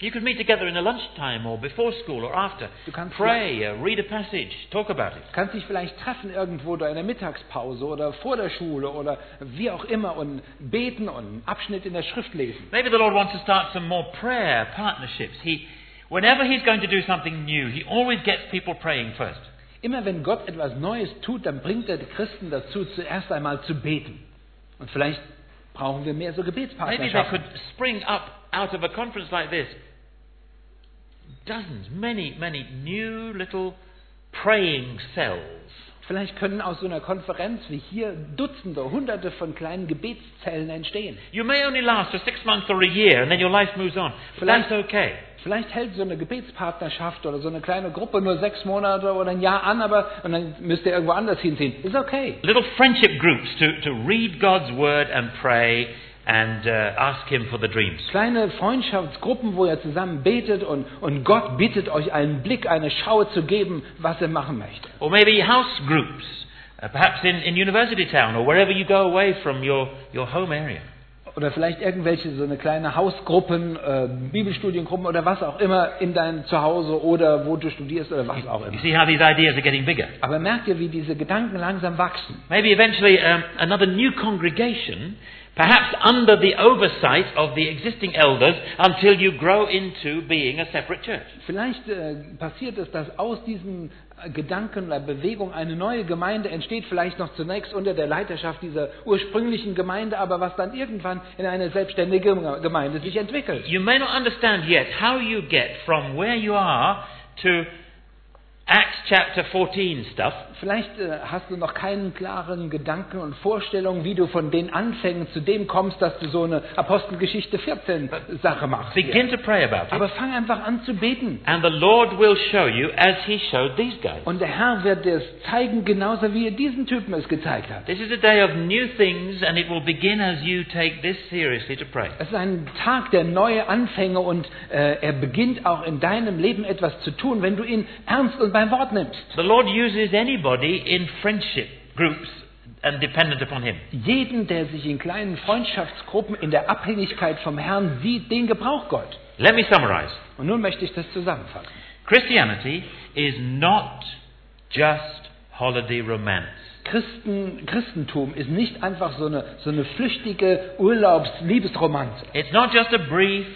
Speaker 1: You could meet together in a lunchtime or before school or after.
Speaker 2: Du kannst-
Speaker 1: Pray, uh, read a passage, talk about it.
Speaker 2: Kannst dich vielleicht treffen irgendwo da in der Mittagspause oder vor der Schule oder wie auch immer und beten und einen Abschnitt in der Schrift lesen.
Speaker 1: Maybe the Lord wants to start some more prayer partnerships. He, whenever He's going to do something new, He always gets people praying first.
Speaker 2: Immer wenn Gott etwas Neues tut, dann bringt er die Christen dazu, zuerst einmal zu beten. Und vielleicht brauchen wir mehr so
Speaker 1: Maybe they
Speaker 2: Gebetspartnerschaften.
Speaker 1: could spring up out of a conference like this dozens, many, many new little praying cells.
Speaker 2: Vielleicht können aus so einer Konferenz wie hier Dutzende, Hunderte von kleinen Gebetszellen entstehen.
Speaker 1: You may only last for six months or a year and then your life moves on. But that's okay.
Speaker 2: Vielleicht hält so eine Gebetspartnerschaft oder so eine kleine Gruppe nur sechs Monate oder ein Jahr an, aber und dann müsst ihr irgendwo anders hinziehen. Ist okay.
Speaker 1: Little friendship groups to, to read God's word and pray and uh, ask Him for the dreams.
Speaker 2: Kleine Freundschaftsgruppen, wo ihr zusammen betet und, und Gott bittet euch einen Blick, eine Schaue zu geben, was er machen möchte.
Speaker 1: Or maybe house groups, uh, perhaps in, in university town or wherever you go away from your, your home area.
Speaker 2: Oder vielleicht irgendwelche so eine kleine Hausgruppen, äh, Bibelstudiengruppen oder was auch immer in deinem Zuhause oder wo du studierst oder was auch
Speaker 1: You
Speaker 2: immer.
Speaker 1: see how these ideas are getting bigger.
Speaker 2: Aber merkt ihr, wie diese Gedanken langsam wachsen?
Speaker 1: Maybe eventually um, another new congregation, perhaps under the oversight of the existing elders, until you grow into being a separate church.
Speaker 2: Vielleicht äh, passiert es, dass aus diesen äh, Gedanken oder Bewegung eine neue Gemeinde entsteht, vielleicht noch zunächst unter der Leiterschaft dieser ursprünglichen Gemeinde, aber was dann irgendwann in eine selbstständige Geme- Gemeinde sich entwickelt.
Speaker 1: You may not understand yet how you get from where you are to Acts chapter 14 stuff,
Speaker 2: Vielleicht äh, hast du noch keinen klaren Gedanken und Vorstellung, wie du von den Anfängen zu dem kommst, dass du so eine Apostelgeschichte 14 Sache machst.
Speaker 1: begin to pray about it.
Speaker 2: Aber fang einfach an zu beten.
Speaker 1: And the Lord will show you as He showed these guys.
Speaker 2: Und der Herr wird dir es zeigen, genauso wie er diesen Typen es gezeigt hat.
Speaker 1: This is a day of new things, and it will begin as you take this seriously to pray.
Speaker 2: Es ist ein Tag der neue Anfänge und äh, er beginnt auch in deinem Leben etwas zu tun, wenn du ihn ernst und beim Wort nimmst.
Speaker 1: The Lord uses anybody in friendship groups and dependent upon Him.
Speaker 2: Jeden, der sich in kleinen Freundschaftsgruppen in der Abhängigkeit vom Herrn sieht, den gebraucht Gott.
Speaker 1: Let me summarize.
Speaker 2: Und nun möchte ich das zusammenfassen.
Speaker 1: Christianity is not just holiday romance.
Speaker 2: Christen, Christentum ist nicht einfach so eine, so eine flüchtige Urlaubs-Liebesromanze.
Speaker 1: It's not just a brief,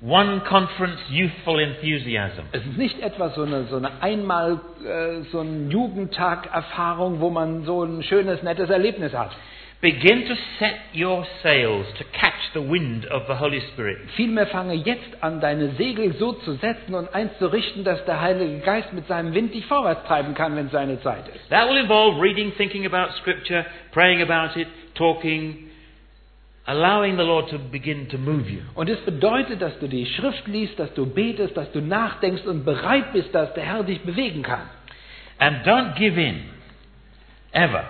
Speaker 1: one conference youthful enthusiasm.
Speaker 2: Es ist nicht etwa so eine, so eine einmal äh, so ein Jugendtag-Erfahrung, wo man so ein schönes, nettes Erlebnis hat.
Speaker 1: Begin to set your sails to catch the wind of the Holy Spirit.
Speaker 2: Vielmehr fange jetzt an, deine Segel so zu setzen und einzurichten, dass der Heilige Geist mit seinem Wind dich vorwärts treiben kann, wenn seine Zeit ist.
Speaker 1: That will involve reading, thinking about Scripture, praying about it, talking, allowing the Lord to begin to move you.
Speaker 2: Und es bedeutet, dass du die Schrift liest, dass du betest, dass du nachdenkst und bereit bist, dass der Herr dich bewegen kann.
Speaker 1: And don't give in, ever,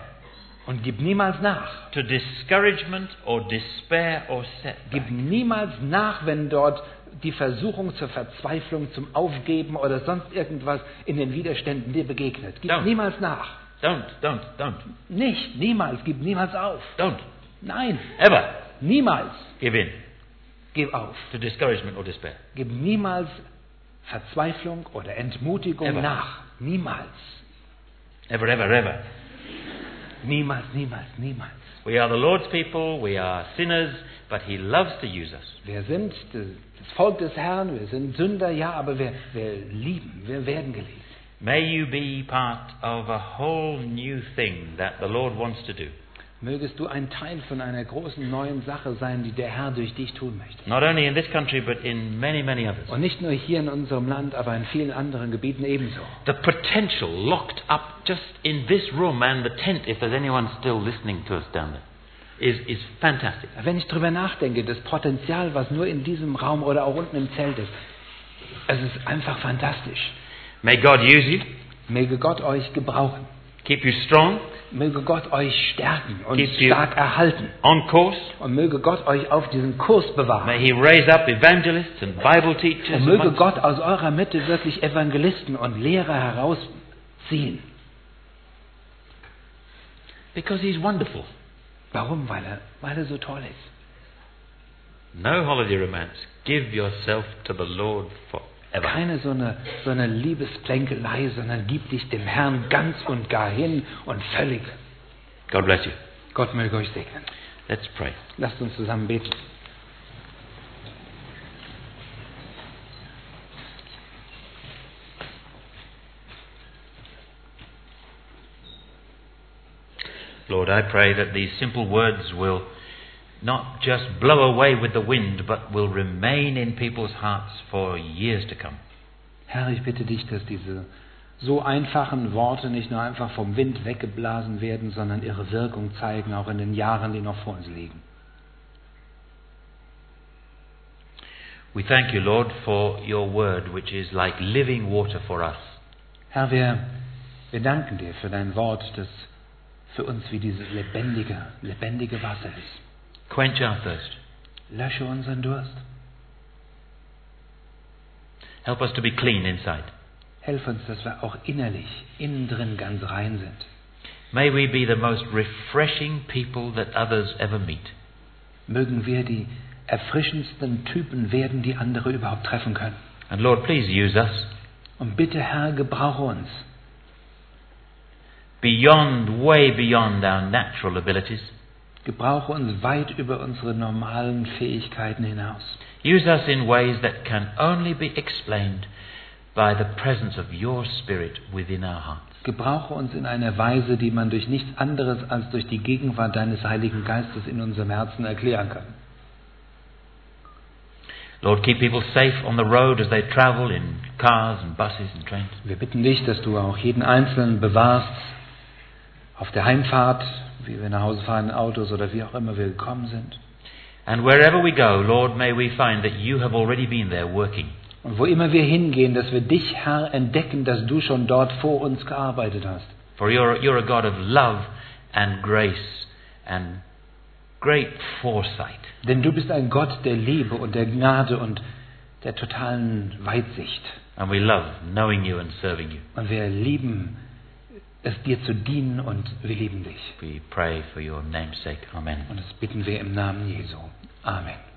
Speaker 2: Und gib niemals nach.
Speaker 1: to discouragement or despair or
Speaker 2: Gib
Speaker 1: setback.
Speaker 2: niemals nach, wenn dort die Versuchung zur Verzweiflung, zum Aufgeben oder sonst irgendwas in den Widerständen dir begegnet. Gib
Speaker 1: Ja.
Speaker 2: niemals nach.
Speaker 1: Don't, don't, don't,
Speaker 2: Nicht, niemals, gib niemals auf.
Speaker 1: don't,
Speaker 2: Nein,
Speaker 1: ever
Speaker 2: niemals
Speaker 1: give in
Speaker 2: gib auf.
Speaker 1: to discouragement or despair.
Speaker 2: Gib niemals Verzweiflung oder Entmutigung
Speaker 1: Ever.
Speaker 2: nach. Niemals.
Speaker 1: Ever, ever, ever.
Speaker 2: Niemals, niemals, niemals.
Speaker 1: We are the Lord's people, we are sinners, but He loves to use us.
Speaker 2: Wir sind de- das Volk des Herrn, wir sind Sünder, ja, aber wir, wir lieben, wir werden geliebt.
Speaker 1: May you be part of a whole new thing that the Lord wants to do.
Speaker 2: Mögest du ein Teil von einer großen neuen Sache sein, die der Herr durch dich tun möchte.
Speaker 1: Not only in this country, but in many, many others.
Speaker 2: Und nicht nur hier in unserem Land, aber in vielen anderen Gebieten ebenso.
Speaker 1: The potential locked up just in this room and the tent, if there's anyone still listening to us down there, is, is fantastic.
Speaker 2: Wenn ich drüber nachdenke, das Potenzial, was nur in diesem Raum oder auch unten im Zelt ist, es ist einfach fantastisch.
Speaker 1: May God use you,
Speaker 2: Möge Gott euch gebrauchen.
Speaker 1: keep you strong,
Speaker 2: Möge Gott euch stärken und
Speaker 1: Keep you-
Speaker 2: stark erhalten.
Speaker 1: on course.
Speaker 2: Und möge Gott euch auf diesen Kurs bewahren.
Speaker 1: May He raise up evangelists and Bible teachers.
Speaker 2: Und möge
Speaker 1: amongst-
Speaker 2: Gott aus eurer Mitte wirklich Evangelisten und Lehrer herausziehen.
Speaker 1: Because He's wonderful.
Speaker 2: Warum? Weil er, weil er so toll ist.
Speaker 1: No holiday romance. Give yourself to the Lord forever.
Speaker 2: Keine so eine, so eine Liebesplänkelei, sondern gib dich dem Herrn ganz und gar hin und völlig.
Speaker 1: God bless you.
Speaker 2: Gott möge euch segnen.
Speaker 1: Let's pray.
Speaker 2: Lasst uns zusammen beten.
Speaker 1: Lord, I pray that these simple words will not just blow away with the wind, but will remain in people's hearts for years to come.
Speaker 2: Herr, ich bitte dich, dass diese so einfachen Worte nicht nur einfach vom Wind weggeblasen werden, sondern ihre Wirkung zeigen, auch in den Jahren, die noch vor uns liegen.
Speaker 1: We thank you, Lord, for your word, which is like living water for us.
Speaker 2: Herr, wir, wir danken dir für dein Wort, das für uns wie dieses lebendige, lebendige Wasser ist.
Speaker 1: Quench our thirst.
Speaker 2: Lösche unseren Durst.
Speaker 1: Help us to be clean inside.
Speaker 2: Helf uns, dass wir auch innerlich, innen drin ganz rein sind.
Speaker 1: May we be the most refreshing people that others ever meet.
Speaker 2: Mögen wir die erfrischendsten Typen werden, die andere überhaupt treffen können.
Speaker 1: And Lord, please use us
Speaker 2: Und bitte, Herr, gebrauche uns
Speaker 1: beyond, way beyond our natural abilities.
Speaker 2: Gebrauche uns weit über unsere normalen Fähigkeiten hinaus.
Speaker 1: Use us in ways that can only be explained by the presence of your Spirit within our hearts.
Speaker 2: Gebrauche uns in einer Weise, die man durch nichts anderes als durch die Gegenwart deines Heiligen Geistes in unserem Herzen erklären kann.
Speaker 1: Lord, keep people safe on the road as they travel in cars and buses and trains.
Speaker 2: Wir bitten dich, dass du auch jeden Einzelnen bewahrst, auf der Heimfahrt, wie wir nach Hause fahren, in Autos oder wie auch immer wir gekommen sind.
Speaker 1: And wherever we go, Lord, may we find that you have already been there working.
Speaker 2: Und wo immer wir hingehen, dass wir dich, Herr, entdecken, dass du schon dort vor uns gearbeitet hast.
Speaker 1: For you're, you're a God of love and grace and great foresight.
Speaker 2: Denn du bist ein Gott der Liebe und der Gnade und der totalen Weitsicht.
Speaker 1: And we love knowing you and serving you.
Speaker 2: Und wir lieben es, dir zu dienen und wir lieben dich.
Speaker 1: We pray for your name's sake. Amen.
Speaker 2: Und das bitten wir im Namen Jesu. Amen.